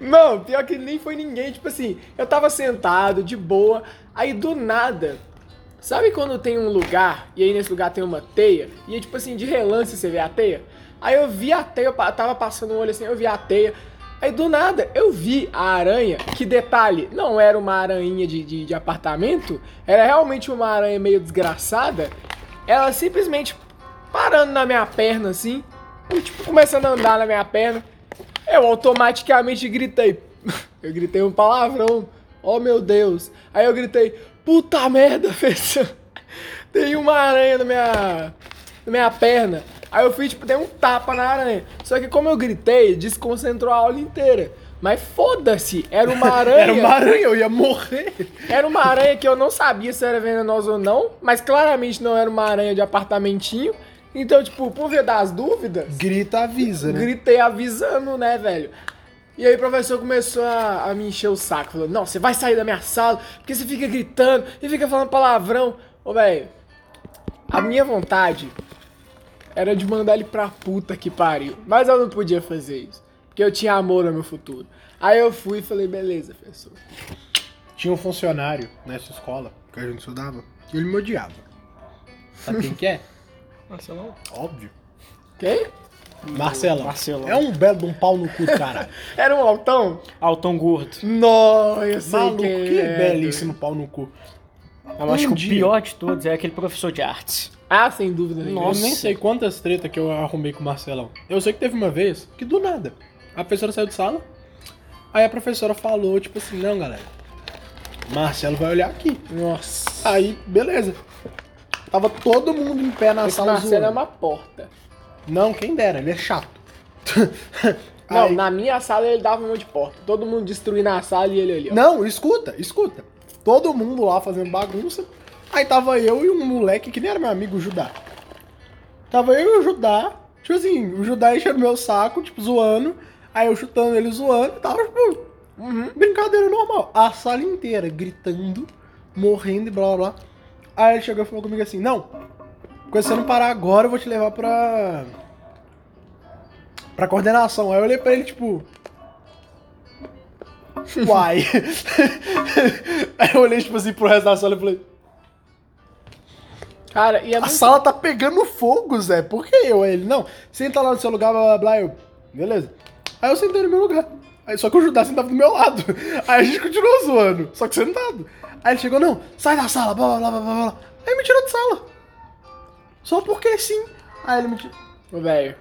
Speaker 2: Não, pior que nem foi ninguém. Tipo assim, eu tava sentado, de boa, aí do nada. Sabe quando tem um lugar e aí nesse lugar tem uma teia? E aí, tipo assim, de relance você vê a teia? Aí eu vi a teia, eu pa- tava passando um olho assim, eu vi a teia. Aí do nada eu vi a aranha, que detalhe, não era uma aranha de, de, de apartamento, era realmente uma aranha meio desgraçada. Ela simplesmente parando na minha perna assim, e, tipo começando a andar na minha perna. Eu automaticamente gritei. Eu gritei um palavrão. Oh meu Deus. Aí eu gritei, puta merda, fechou. Tem uma aranha na minha. na minha perna. Aí eu fui, tipo, dei um tapa na aranha. Só que como eu gritei, desconcentrou a aula inteira. Mas foda-se, era uma aranha.
Speaker 1: Era uma aranha, eu ia morrer.
Speaker 2: Era uma aranha que eu não sabia se era venenosa ou não, mas claramente não era uma aranha de apartamentinho. Então, tipo, por via das dúvidas,
Speaker 1: Grita, avisa, né?
Speaker 2: Gritei avisando, né, velho? E aí o professor começou a, a me encher o saco. Falou, não, você vai sair da minha sala, porque você fica gritando e fica falando palavrão. Ô, velho, a minha vontade era de mandar ele pra puta que pariu. Mas eu não podia fazer isso, porque eu tinha amor no meu futuro. Aí eu fui e falei, beleza, professor.
Speaker 1: Tinha um funcionário nessa escola que a gente estudava e ele me odiava. Sabe quem que é?
Speaker 2: Nossa, não.
Speaker 1: Óbvio.
Speaker 2: Quem?
Speaker 1: Marcelão.
Speaker 3: Marcelão.
Speaker 1: É um belo de um pau no cu, cara.
Speaker 2: Era um altão?
Speaker 3: Altão gordo.
Speaker 2: Nossa, eu sei
Speaker 1: Maluco,
Speaker 2: quem
Speaker 1: que
Speaker 2: é,
Speaker 1: belíssimo pau no cu.
Speaker 3: Eu acho
Speaker 1: Um
Speaker 3: que o
Speaker 1: dia.
Speaker 3: pior de todos é aquele professor de artes.
Speaker 2: Ah, sem dúvida. nenhuma.
Speaker 1: Eu nem sei quantas tretas que eu arrumei com o Marcelão. Eu sei que teve uma vez que do nada a professora saiu de sala. Aí a professora falou, tipo assim, não, galera. Marcelo vai olhar aqui.
Speaker 2: Nossa.
Speaker 1: Aí, beleza. Tava todo mundo em pé na
Speaker 2: Esse
Speaker 1: sala
Speaker 2: Marcelo
Speaker 1: zoando.
Speaker 2: é uma porta.
Speaker 1: Não, quem dera, ele é chato.
Speaker 2: Não,
Speaker 1: Aí-
Speaker 2: na minha sala ele dava uma de porta. Todo mundo destruindo a sala e ele ali, ó.
Speaker 1: Não, escuta, escuta. Todo mundo lá fazendo bagunça. Aí tava eu e um moleque que nem era meu amigo, o Judá. Tava eu e o Judá. Tipo assim, o Judá enchendo meu saco, tipo, zoando. Aí eu chutando ele zoando. Tava, tipo, brincadeira normal. A sala inteira gritando, morrendo e blá blá blá. Aí ele chegou e falou comigo assim: Não, quando você não parar agora, eu vou te levar pra. pra coordenação. Aí eu olhei pra ele, tipo. Uai. Aí eu olhei, tipo assim, pro resto da sala e falei:
Speaker 2: Cara, e é
Speaker 1: A
Speaker 2: muito...
Speaker 1: sala tá pegando fogo, Zé. Por que eu? Aí ele: Não, senta lá no seu lugar, blá blá blá. Eu, beleza. Aí eu sentei no meu lugar. Aí, só que o Judá sentava do meu lado. Aí a gente continuou zoando, só que sentado. Aí ele chegou: Não, sai da sala, blá blá blá blá blá. blá." Aí me tirou de sala. Só porque sim. Aí ele me tirou.
Speaker 2: Ô, velho.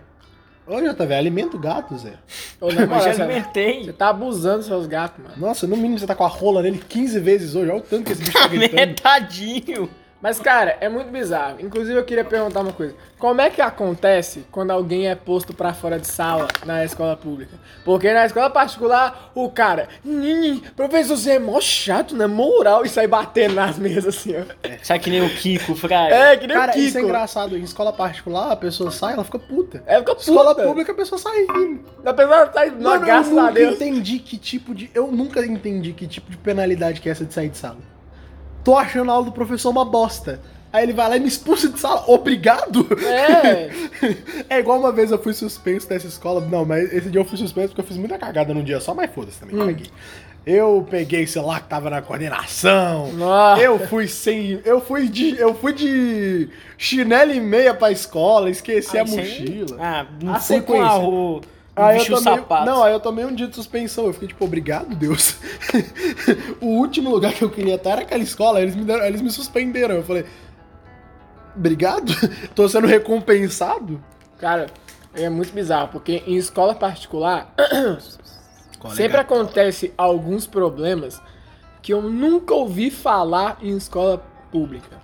Speaker 1: Ô, JV, alimenta o é gato, Zé.
Speaker 2: Ô,
Speaker 1: é
Speaker 2: na moral,
Speaker 3: Mas
Speaker 2: você-
Speaker 3: já alimentei.
Speaker 2: Você tá abusando dos seus gatos, mano.
Speaker 1: Nossa, no mínimo você tá com a rola nele 15 vezes hoje. Olha o tanto que esse bicho tá gritando.
Speaker 3: Metadinho.
Speaker 2: Mas, cara, é muito bizarro. Inclusive, eu queria perguntar uma coisa. Como é que acontece quando alguém é posto pra fora de sala na escola pública? Porque na escola particular, o cara... "Nini, Professor, você é mó chato, né? Moral. E sai batendo nas mesas, assim, ó.
Speaker 3: Sabe que nem o Kiko, Fraga?
Speaker 2: É, que nem o
Speaker 1: Cara,
Speaker 2: Kiko.
Speaker 1: isso é engraçado. Em escola particular, a pessoa sai, ela fica puta.
Speaker 2: É, fica
Speaker 1: Escola
Speaker 2: puta.
Speaker 1: pública, a pessoa sai rindo.
Speaker 2: Apesar de tá sair... Não,
Speaker 1: Mano,
Speaker 2: graças
Speaker 1: eu
Speaker 2: a
Speaker 1: nunca
Speaker 2: Deus.
Speaker 1: entendi que tipo de... Eu nunca entendi que tipo de penalidade que é essa de sair de sala. Tô achando a aula do professor uma bosta. Aí ele vai lá e me expulsa de sala. Obrigado?
Speaker 2: É.
Speaker 1: É igual uma vez eu fui suspenso dessa escola. Não, mas esse dia eu fui suspenso porque eu fiz muita cagada num dia só, mas foda-se
Speaker 2: Hum.
Speaker 1: também. Caguei. Eu peguei, sei lá, que tava na coordenação.
Speaker 2: Nossa.
Speaker 1: Eu fui sem. Eu fui de. Eu fui de chinelo e meia pra escola, esqueci
Speaker 3: Ah,
Speaker 1: a
Speaker 3: isso aí-
Speaker 1: mochila.
Speaker 3: Ah, não
Speaker 1: A
Speaker 3: foi com a
Speaker 1: sequência.
Speaker 3: ro...
Speaker 1: Aí eu
Speaker 3: bicho
Speaker 1: tomei,
Speaker 3: sapato.
Speaker 1: não, aí eu tomei um dia de suspensão. Eu fiquei tipo, obrigado, Deus. o último lugar que eu queria estar era aquela escola. aí Eles me, deram- aí eles me suspenderam. Eu falei, obrigado? Tô sendo recompensado?
Speaker 2: Cara, é muito bizarro, porque em escola particular sempre acontece alguns problemas que eu nunca ouvi falar em escola pública.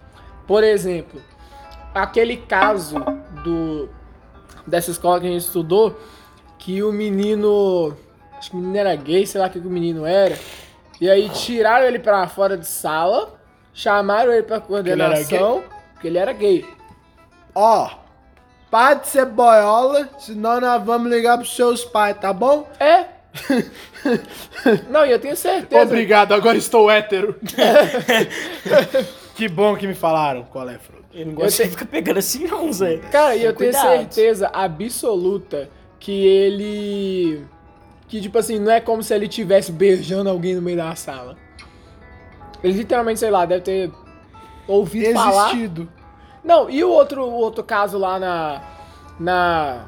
Speaker 2: Por exemplo, aquele caso do dessa escola que a gente estudou, que o menino, acho que o menino era gay, sei lá o que que o menino era, e aí tiraram ele pra fora de sala, chamaram ele pra
Speaker 1: ele era gay?
Speaker 2: coordenação, porque ele era gay.
Speaker 1: Ó, para de ser boiola, senão nós vamos ligar pros seus pais, tá bom?
Speaker 2: É. Não, e eu tenho certeza.
Speaker 1: Obrigado, agora estou hétero. que bom que me falaram qual é, Frodo.
Speaker 3: Eu não gosto
Speaker 2: Eu
Speaker 3: de ficar pegando assim não, Zé.
Speaker 2: Cara, e eu tenho
Speaker 3: Cuidado.
Speaker 2: certeza absoluta que ele. Que, tipo assim, não é como se ele estivesse beijando alguém no meio da sala. Ele literalmente, sei lá, deve ter ouvido falar.
Speaker 1: Existido.
Speaker 2: Não, e o outro, o outro caso lá na. Na.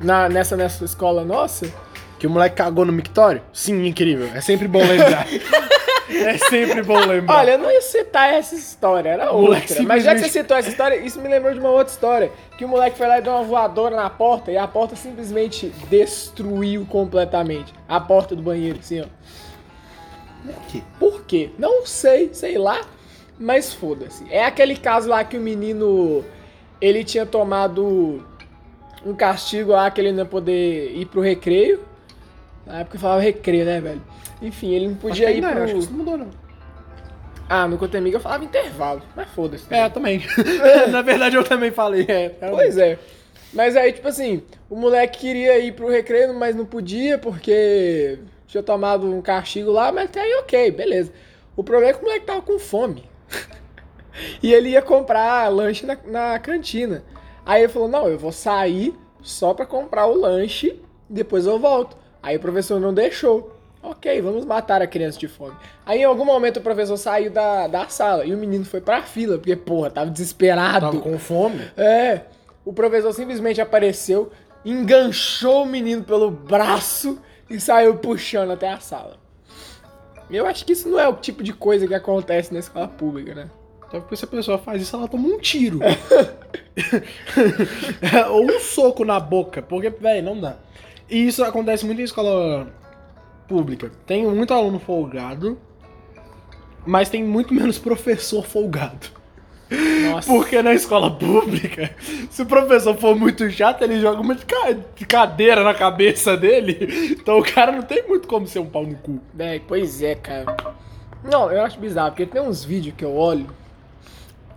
Speaker 2: na nessa, nessa escola nossa?
Speaker 1: Que o moleque cagou no mictório? Sim, incrível. É sempre bom lembrar. é sempre bom lembrar.
Speaker 2: Olha, eu não ia citar essa história, era
Speaker 1: O moleque
Speaker 2: outra. Mas já que você
Speaker 1: simplesmente-
Speaker 2: citou essa história, isso me lembrou de uma outra história. Que o moleque foi lá e deu uma voadora na porta e a porta simplesmente destruiu completamente. A porta do banheiro, assim, ó. Por quê? Não sei, sei lá, mas foda-se. É aquele caso lá que o menino. Ele tinha tomado um castigo lá que ele não ia poder ir pro recreio. Na época falava recreio, né, velho? Enfim, ele não podia
Speaker 1: é,
Speaker 2: ir pro.
Speaker 1: não mudou, não.
Speaker 2: Ah, no Cotemiga eu falava intervalo, mas foda-se. né?
Speaker 1: É, eu também. Na verdade, eu também falei. É,
Speaker 2: Pois é. Mas aí, tipo assim, o moleque queria ir pro recreio, mas não podia porque tinha tomado um castigo lá, mas até aí ok, beleza. O problema é que o moleque tava com fome. e ele ia comprar lanche na, na cantina. Aí ele falou, não, eu vou sair só pra comprar o lanche, depois eu volto. Aí o professor não deixou. Ok, vamos matar a criança de fome. Aí em algum momento o professor saiu da, da sala e o menino foi pra fila, porque, porra, tava desesperado.
Speaker 1: Tava com fome.
Speaker 2: É. O professor simplesmente apareceu, enganchou o menino pelo braço e saiu puxando até a sala. Eu acho que isso não é o tipo de coisa que acontece na escola pública, né?
Speaker 1: Até Então, porque se a pessoa faz isso, ela toma um tiro. Ou um soco na boca, porque, velho, não dá. E isso acontece muito em escola pública. Tem muito aluno folgado, mas tem muito menos professor folgado.
Speaker 2: Nossa.
Speaker 1: Porque na escola pública, se o professor for muito chato, ele joga uma de ca- de cadeira na cabeça dele. Então o cara não tem muito como ser um pau no cu.
Speaker 2: Véi, pois é, cara. Não, eu acho bizarro, porque tem uns vídeos que eu olho.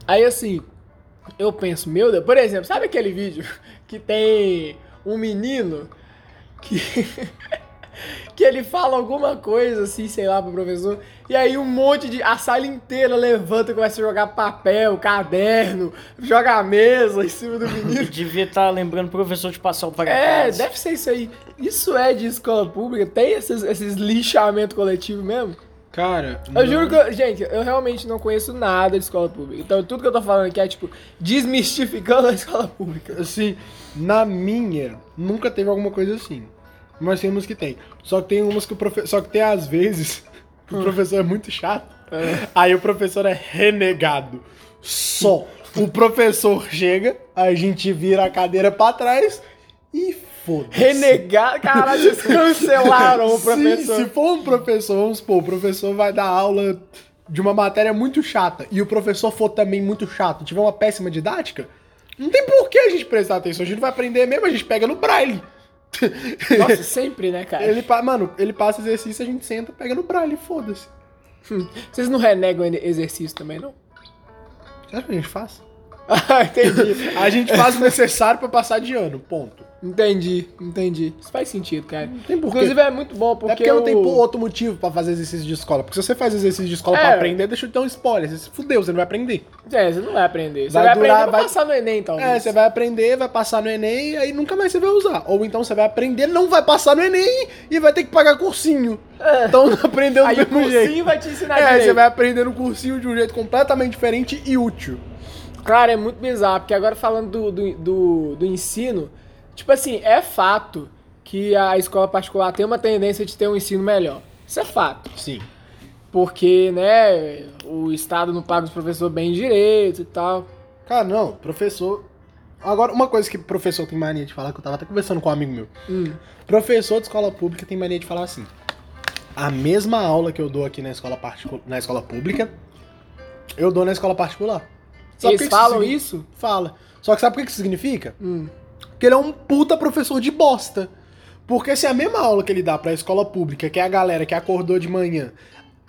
Speaker 2: Aí assim, eu penso, meu Deus, por exemplo, sabe aquele vídeo que tem um menino que. que ele fala alguma coisa assim, sei lá, pro professor, e aí um monte de. a sala inteira levanta e começa a jogar papel, caderno, joga a mesa em cima do menino.
Speaker 3: Devia estar lembrando o professor de passar o
Speaker 2: É,
Speaker 3: paraquedas.
Speaker 2: deve ser isso aí. Isso é de escola pública? Tem esses, esses lixamento coletivo mesmo?
Speaker 1: Cara,
Speaker 2: Eu juro que, eu- gente, eu realmente não conheço nada de escola pública. Então tudo que eu tô falando aqui é, tipo, desmistificando a escola pública.
Speaker 1: Assim, na minha, nunca teve alguma coisa assim. Mas tem umas que tem. Só que tem umas que o professor. Só que tem às vezes que o professor é muito chato. Aí o professor é renegado. Só. O professor chega, a gente vira a cadeira pra trás e foda-se.
Speaker 2: Renegar, caralho, vocês cancelaram o
Speaker 1: Sim,
Speaker 2: um professor.
Speaker 1: se for um professor, vamos supor, o professor vai dar aula de uma matéria muito chata e o professor for também muito chato, tiver uma péssima didática, não tem por que a gente prestar atenção. A gente não vai aprender mesmo, a gente pega no braille.
Speaker 2: Nossa, sempre, né, cara?
Speaker 1: Ele, pa- mano, ele passa exercício, a gente senta, pega no braille, foda-se.
Speaker 2: Vocês não renegam ene- exercício também, não?
Speaker 1: Você acha que a gente faz?
Speaker 2: Ah, entendi.
Speaker 1: A gente faz o necessário pra passar de ano, ponto. É
Speaker 2: Entendi, entendi. Isso faz sentido, cara.
Speaker 1: tem porquê.
Speaker 2: Inclusive é muito bom, porque.
Speaker 1: é porque não tem
Speaker 2: o-
Speaker 1: outro motivo pra fazer exercício de escola. Porque se você faz exercício de escola
Speaker 2: É.
Speaker 1: pra aprender, deixa eu te dar um spoiler. Você se fudeu, você não vai aprender.
Speaker 2: É, você não vai aprender. Você vai,
Speaker 1: Vai
Speaker 2: aprender
Speaker 1: durar-
Speaker 2: pra
Speaker 1: vai-
Speaker 2: passar no Enem, talvez.
Speaker 1: É, você vai aprender, vai passar no Enem, aí nunca mais você vai usar. Ou então você vai aprender, não vai passar no Enem e vai ter que pagar cursinho. Então não aprendeu do
Speaker 2: É. Aí o
Speaker 1: mesmo jeito.
Speaker 2: cursinho vai te ensinar
Speaker 1: É,
Speaker 2: direito.
Speaker 1: você vai aprender no cursinho de um jeito completamente diferente e útil.
Speaker 2: Cara, é muito bizarro, porque agora falando do, do, do, do ensino, tipo assim, é fato que a escola particular tem uma tendência de ter um ensino melhor. Isso é fato.
Speaker 1: Sim.
Speaker 2: Porque, né, o Estado não paga os professores bem direito e tal.
Speaker 1: Cara, não, professor. Agora, uma coisa que professor tem mania de falar, que eu tava até conversando com um amigo meu.
Speaker 2: Hum.
Speaker 1: Professor de escola pública tem mania de falar assim. A mesma aula que eu dou aqui na escola, particu- na escola pública, eu dou na escola particular. Sabe
Speaker 2: Eles
Speaker 1: por que que
Speaker 2: falam
Speaker 1: signi-
Speaker 2: isso?
Speaker 1: Fala. Só que sabe o que que isso significa?
Speaker 2: Hum.
Speaker 1: Porque ele é um puta professor de bosta. Porque se a mesma aula que ele dá pra escola pública, que é a galera que acordou de manhã,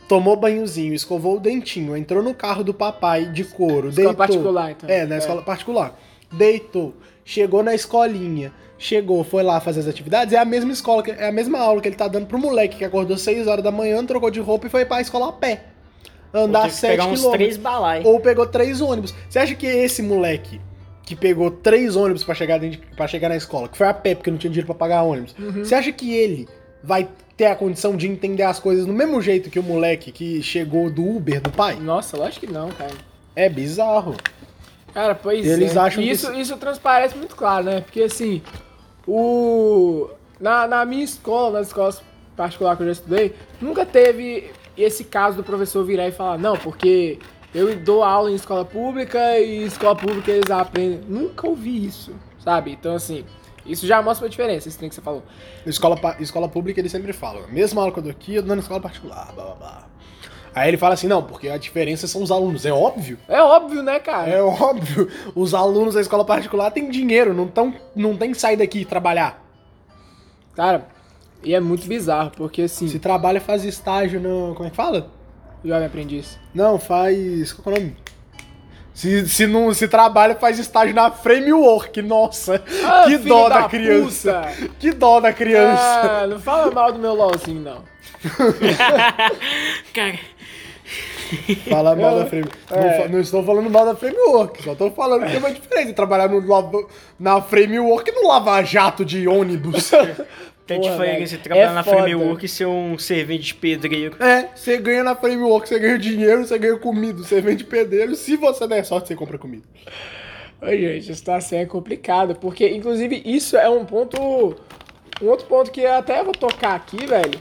Speaker 1: tomou banhozinho, escovou o dentinho, entrou no carro do papai de couro,
Speaker 2: Escola
Speaker 1: deitou...
Speaker 2: particular, então.
Speaker 1: É, na escola particular. Deitou, chegou na escolinha, chegou, foi lá fazer as atividades, é a mesma escola, que- é a mesma aula que ele tá dando pro moleque que acordou 6 horas da manhã, trocou de roupa e foi pra escola a pé.
Speaker 3: Vou
Speaker 1: Andar
Speaker 3: ter que
Speaker 1: 7
Speaker 3: pegar uns
Speaker 1: quilômetros.
Speaker 3: três balai.
Speaker 1: Ou pegou três ônibus. Você acha que esse moleque que pegou três ônibus pra chegar, dentro, de- pra chegar na escola, que foi a pé porque não tinha dinheiro pra pagar ônibus, você acha que ele vai ter a condição de entender as coisas no mesmo jeito que o moleque que chegou do Uber do pai?
Speaker 2: Nossa, lógico que não, cara.
Speaker 1: É bizarro.
Speaker 2: Cara, pois
Speaker 1: Eles
Speaker 2: é.
Speaker 1: acham
Speaker 2: E
Speaker 1: que
Speaker 2: isso, isso transparece muito claro, né? Porque assim, o. Na, na minha escola, nas escolas particulares que eu já estudei, nunca teve esse caso do professor virar e falar, não, porque eu dou aula em escola pública e escola pública eles aprendem. Nunca ouvi isso, sabe? Então assim, isso já mostra uma diferença, esse trem que você falou.
Speaker 1: Escola, pa- escola ppública ele sempre fala, mesma aula que eu dou aqui, eu dou na escola particular, blá blá blá. Aí ele fala assim, não, porque a diferença são os alunos, é óbvio.
Speaker 2: É óbvio, né, cara?
Speaker 1: É óbvio, os alunos da escola particular têm dinheiro, não, tão, não tem que sair daqui e trabalhar.
Speaker 2: Cara, e é muito bizarro, porque assim,
Speaker 1: Se trabalha, faz estágio no. Como é que fala?
Speaker 2: jovem aprendiz.
Speaker 1: Não, faz. Qual que é o nome? Se, se não se trabalha, faz estágio na framework. Nossa!
Speaker 2: Ah,
Speaker 1: que
Speaker 2: filho
Speaker 1: dó da,
Speaker 2: da
Speaker 1: criança!
Speaker 2: puta!
Speaker 1: Que dó da criança!
Speaker 2: Ah, não fala mal do meu LOLzinho, não.
Speaker 3: Cara, tá
Speaker 1: Falar mal
Speaker 2: eu-
Speaker 1: da framework.
Speaker 2: é.
Speaker 1: Não, fa- não estou falando mal da framework, só estou falando que é uma diferença entre trabalhar no lava- na framework e no lava-jato de ônibus.
Speaker 3: tem
Speaker 2: Porra,
Speaker 3: diferença
Speaker 2: velho,
Speaker 3: entre trabalhar
Speaker 2: é
Speaker 3: na
Speaker 2: foda.
Speaker 3: framework e ser um servente de pedreiro.
Speaker 1: é, você ganha na framework, você ganha dinheiro, você ganha comida, você vende pedreiro. Se você der sorte, você compra comida.
Speaker 2: Ô, gente, a situação é complicada, porque, inclusive, isso é um ponto. Um outro ponto que eu até vou tocar aqui, velho.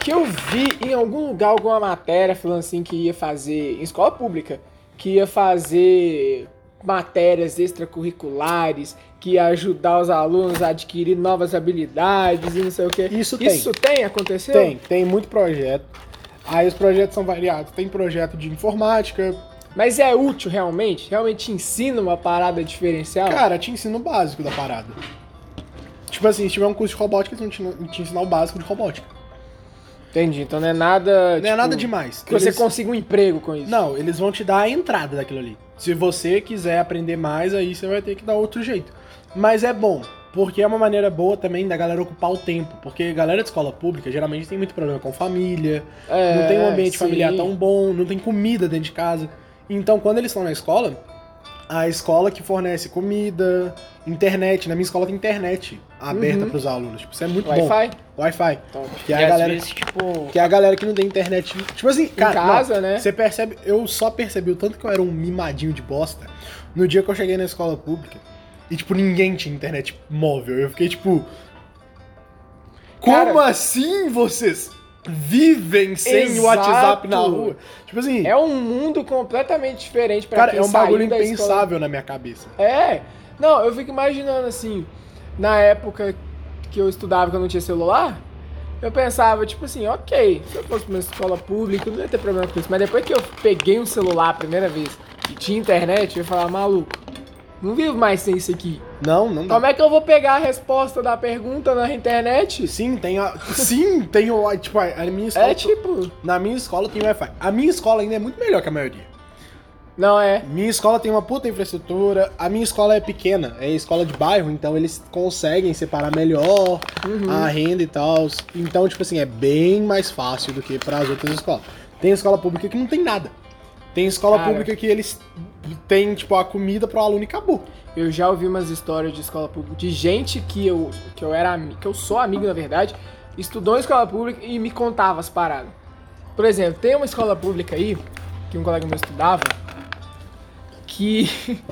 Speaker 2: Que eu vi em algum lugar, alguma matéria falando assim que ia fazer. Em escola pública, que ia fazer matérias extracurriculares, que ia ajudar os alunos a adquirir novas habilidades e não sei o quê.
Speaker 1: Isso tem.
Speaker 2: Isso tem aconteceu?
Speaker 1: Tem, tem muito projeto. Aí os projetos são variados. Tem projeto de informática.
Speaker 2: Mas é útil realmente? Realmente ensina uma parada diferencial?
Speaker 1: Cara, te ensina o básico da parada. Tipo assim, se tiver um curso de robótica, eles vão te, ensinar- te ensinar o básico de robótica.
Speaker 2: Entendi, então não é nada.
Speaker 1: Não é nada demais.
Speaker 2: Que você
Speaker 1: Eles-
Speaker 2: consiga um emprego com isso.
Speaker 1: Não, eles vão te dar a entrada daquilo ali. Se você quiser aprender mais, aí você vai ter que dar outro jeito. Mas é bom, porque é uma maneira boa também da galera ocupar o tempo. Porque galera de escola pública geralmente tem muito problema com família,
Speaker 2: É,
Speaker 1: não tem um ambiente
Speaker 2: sim.
Speaker 1: familiar tão bom, não tem comida dentro de casa. Então, quando eles estão na escola, a escola que fornece comida, internet. Na minha escola tem internet aberta
Speaker 2: Uhum.
Speaker 1: pros alunos. Tipo, isso é muito bom.
Speaker 2: Wi-Fi?
Speaker 1: Wi-Fi.
Speaker 2: Então,
Speaker 1: Que é
Speaker 3: e
Speaker 1: a
Speaker 3: às
Speaker 1: galera
Speaker 3: vezes, tipo,
Speaker 1: que é a galera que não tem internet. Tipo assim, cara,
Speaker 2: casa,
Speaker 1: não,
Speaker 2: né?
Speaker 1: Você percebe, eu só percebi o tanto que eu era um mimadinho de bosta no dia que eu cheguei na escola pública e, tipo, ninguém tinha internet móvel. Eu fiquei tipo. Como
Speaker 2: Cara-
Speaker 1: assim vocês vivem sem
Speaker 2: Exato.
Speaker 1: WhatsApp na rua? Tipo assim,
Speaker 2: É um mundo completamente diferente pra
Speaker 1: cara,
Speaker 2: quem
Speaker 1: é um
Speaker 2: saiu
Speaker 1: bagulho
Speaker 2: da escola.
Speaker 1: impensável na minha cabeça.
Speaker 2: É. Não, eu fico imaginando assim, na época que eu estudava que eu não tinha celular, eu pensava, tipo assim, ok, se eu fosse pra uma escola pública, eu não ia ter problema com isso. Mas depois que eu peguei um celular a primeira vez e tinha internet, eu ia falar, maluco, não vivo mais sem isso aqui.
Speaker 1: Não, não dá.
Speaker 2: Como é que eu vou pegar a resposta da pergunta na internet?
Speaker 1: Sim, tem a. Sim, tem o. Tipo, a a minha escola.
Speaker 2: É tipo.
Speaker 1: Na minha escola tem Wi-Fi. A minha escola ainda é muito melhor que a maioria.
Speaker 2: Não é.
Speaker 1: Minha escola tem uma puta infraestrutura, a minha escola é pequena, é escola de bairro, então eles conseguem separar melhor
Speaker 2: Uhum.
Speaker 1: a renda e tal. Então, tipo assim, é bem mais fácil do que para as outras escolas. Tem escola pública que não tem nada. Tem escola
Speaker 2: Cara.
Speaker 1: pública que eles têm, tipo, a comida pro aluno e acabou.
Speaker 2: Eu já ouvi umas histórias de escola pública, de gente que eu, que eu era ami- que eu sou amigo, na verdade, estudou em escola pública e me contava as paradas. Por exemplo, tem uma escola pública aí, que um colega meu estudava, que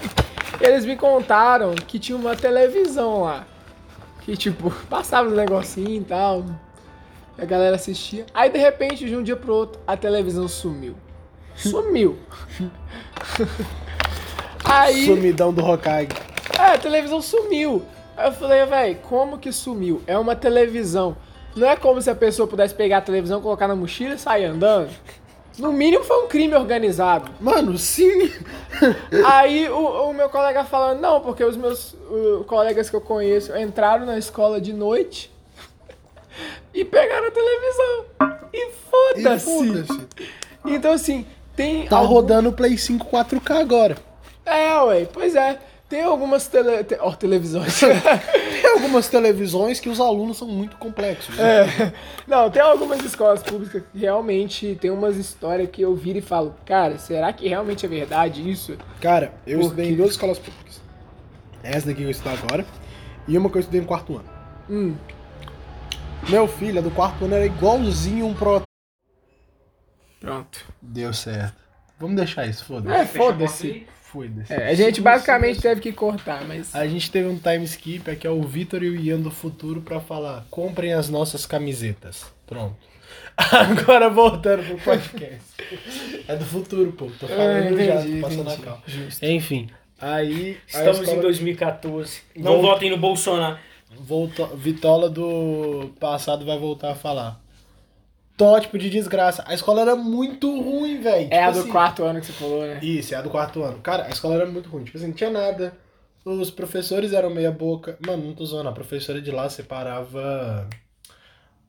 Speaker 2: eles me contaram que tinha uma televisão lá. Que tipo, passava um negocinho e tal. e A galera assistia. Aí de repente, de um dia pro outro, a televisão sumiu. Sumiu. Aí.
Speaker 1: Sumidão do Hokage.
Speaker 2: É, a televisão sumiu. Aí eu falei, velho, como que sumiu? É uma televisão. Não é como se a pessoa pudesse pegar a televisão, colocar na mochila e sair andando. No mínimo foi um crime organizado.
Speaker 1: Mano, sim!
Speaker 2: Aí o, o meu colega falando, não, porque os meus uh, colegas que eu conheço entraram na escola de noite e pegaram a televisão. E
Speaker 1: E
Speaker 2: foda-se.
Speaker 1: foda-se.
Speaker 2: então assim, tem.
Speaker 1: Tá
Speaker 2: algum-
Speaker 1: rodando o Play 5 4K agora.
Speaker 2: É, ué, pois é. Tem algumas tele... te- ó, televisões.
Speaker 1: Tem algumas televisões que os alunos são muito complexos. né?
Speaker 2: É. Não, tem algumas escolas públicas que realmente tem umas histórias que eu viro e falo, cara, será que realmente é verdade isso?
Speaker 1: Cara, eu
Speaker 2: Por
Speaker 1: estudei
Speaker 2: quê?
Speaker 1: em duas escolas públicas. Essa daqui que eu estudo agora. E uma que eu estudei no quarto ano.
Speaker 2: Hum.
Speaker 1: Meu filho, a do quarto ano era igualzinho um pro.
Speaker 2: Pronto.
Speaker 1: Deu certo. Vamos deixar isso, foda-se.
Speaker 2: É, foda-se.
Speaker 1: Foda-se.
Speaker 2: É, a gente basicamente teve que cortar, mas.
Speaker 1: A gente teve um time skip, aqui é o Vitor e o Ian do futuro pra falar: comprem as nossas camisetas. Pronto. Agora voltando pro podcast. é do futuro, pô. Tô
Speaker 2: Ah,
Speaker 1: falando já, tô passando a calma. Enfim, aí. a
Speaker 3: estamos em
Speaker 1: escola-
Speaker 3: 2014. Não
Speaker 1: Vol-
Speaker 3: votem no Bolsonaro.
Speaker 1: Volta, Vitola do passado vai voltar a falar. Tótipo de desgraça. A escola era muito ruim, velho.
Speaker 2: É a
Speaker 1: Tipo
Speaker 2: do
Speaker 1: assim,
Speaker 2: quarto ano que você falou, né?
Speaker 1: Isso, é a do quarto ano. Cara, a escola era muito ruim. Tipo assim, não tinha nada. Os professores eram meia boca. Mano, não tô zoando. A professora de lá separava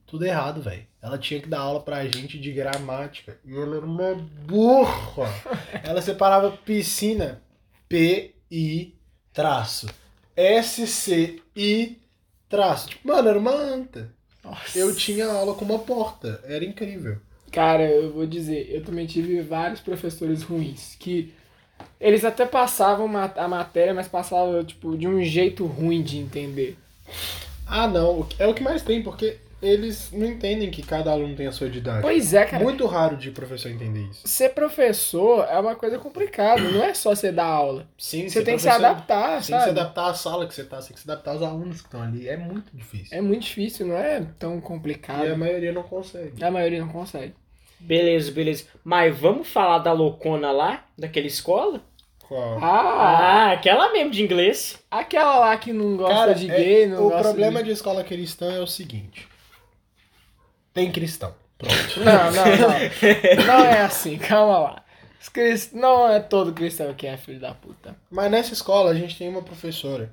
Speaker 1: tudo errado, velho. Ela tinha que dar aula pra gente de gramática. E ela era uma burra. Ela separava piscina. P-I traço. S-C-I traço. Tipo, mano, era uma anta.
Speaker 2: Nossa.
Speaker 1: Eu tinha aula com uma porta. Era incrível.
Speaker 2: Cara, eu vou dizer, eu também tive vários professores ruins que eles até passavam ma- a matéria, mas passavam, tipo, de um jeito ruim de entender.
Speaker 1: Ah, não. O que- É o que mais tem, porque eles não entendem que cada aluno tem a sua didática.
Speaker 2: Pois é, cara.
Speaker 1: Muito raro de professor entender isso.
Speaker 2: Ser professor é uma coisa complicada, não é só você dar aula.
Speaker 1: Sim, é
Speaker 2: Você tem que se adaptar,
Speaker 1: Tem que se
Speaker 2: sabe?
Speaker 1: adaptar à sala que você tá, você tem que se adaptar aos alunos que estão ali. É muito difícil.
Speaker 2: É muito difícil, não é tão complicado.
Speaker 1: E a maioria não consegue.
Speaker 2: A maioria não consegue.
Speaker 3: Beleza, beleza. Mas vamos falar da loucona lá, daquela escola?
Speaker 1: Qual?
Speaker 2: Ah,
Speaker 3: Ah, aquela mesmo de inglês.
Speaker 2: aquela lá que não gosta
Speaker 1: Cara,
Speaker 2: de
Speaker 1: é-
Speaker 2: gay, não
Speaker 1: o
Speaker 2: gosta
Speaker 1: problema
Speaker 2: de...
Speaker 1: de escola cristã é o seguinte. Tem cristão. Pronto.
Speaker 2: Não, não, não. Não é assim, calma lá. Os crist- Não é todo cristão que é filho da puta.
Speaker 1: Mas nessa escola a gente tem uma professora,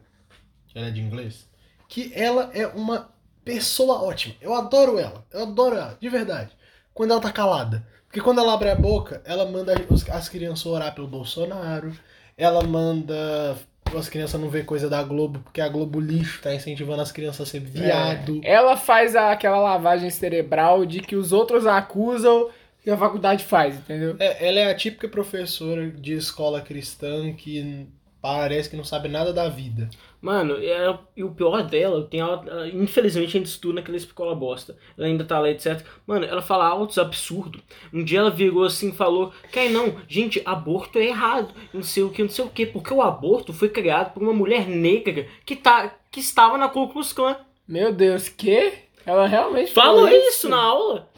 Speaker 1: que ela é de inglês, que ela é uma pessoa ótima. Eu adoro ela. Eu adoro ela, de verdade. Quando ela tá calada. Porque quando ela abre a boca, ela manda os- as crianças orar pelo Bolsonaro. Ela manda as crianças não ver coisa da Globo, porque a Globo lixo tá incentivando as crianças a
Speaker 2: É.
Speaker 1: ser viado.
Speaker 2: Ela faz a- aquela lavagem cerebral de que os outros acusam e a faculdade faz, entendeu?
Speaker 1: É, ela é a típica professora de escola cristã que parece que não sabe nada da vida.
Speaker 3: Mano, é- e o pior dela, eu tenho, aula- ela- infelizmente a gente estuda naquela escola bosta. Ela ainda tá lá, etc. Mano, ela fala altos absurdos. Um dia ela virou assim e falou: Cai não, gente, aborto é errado. Não sei o que, não sei o que. Porque o aborto foi criado por uma mulher negra que, tá, que estava na Ku Klux Klan.
Speaker 2: Meu Deus, que? Ela realmente
Speaker 3: Falou isso na aula.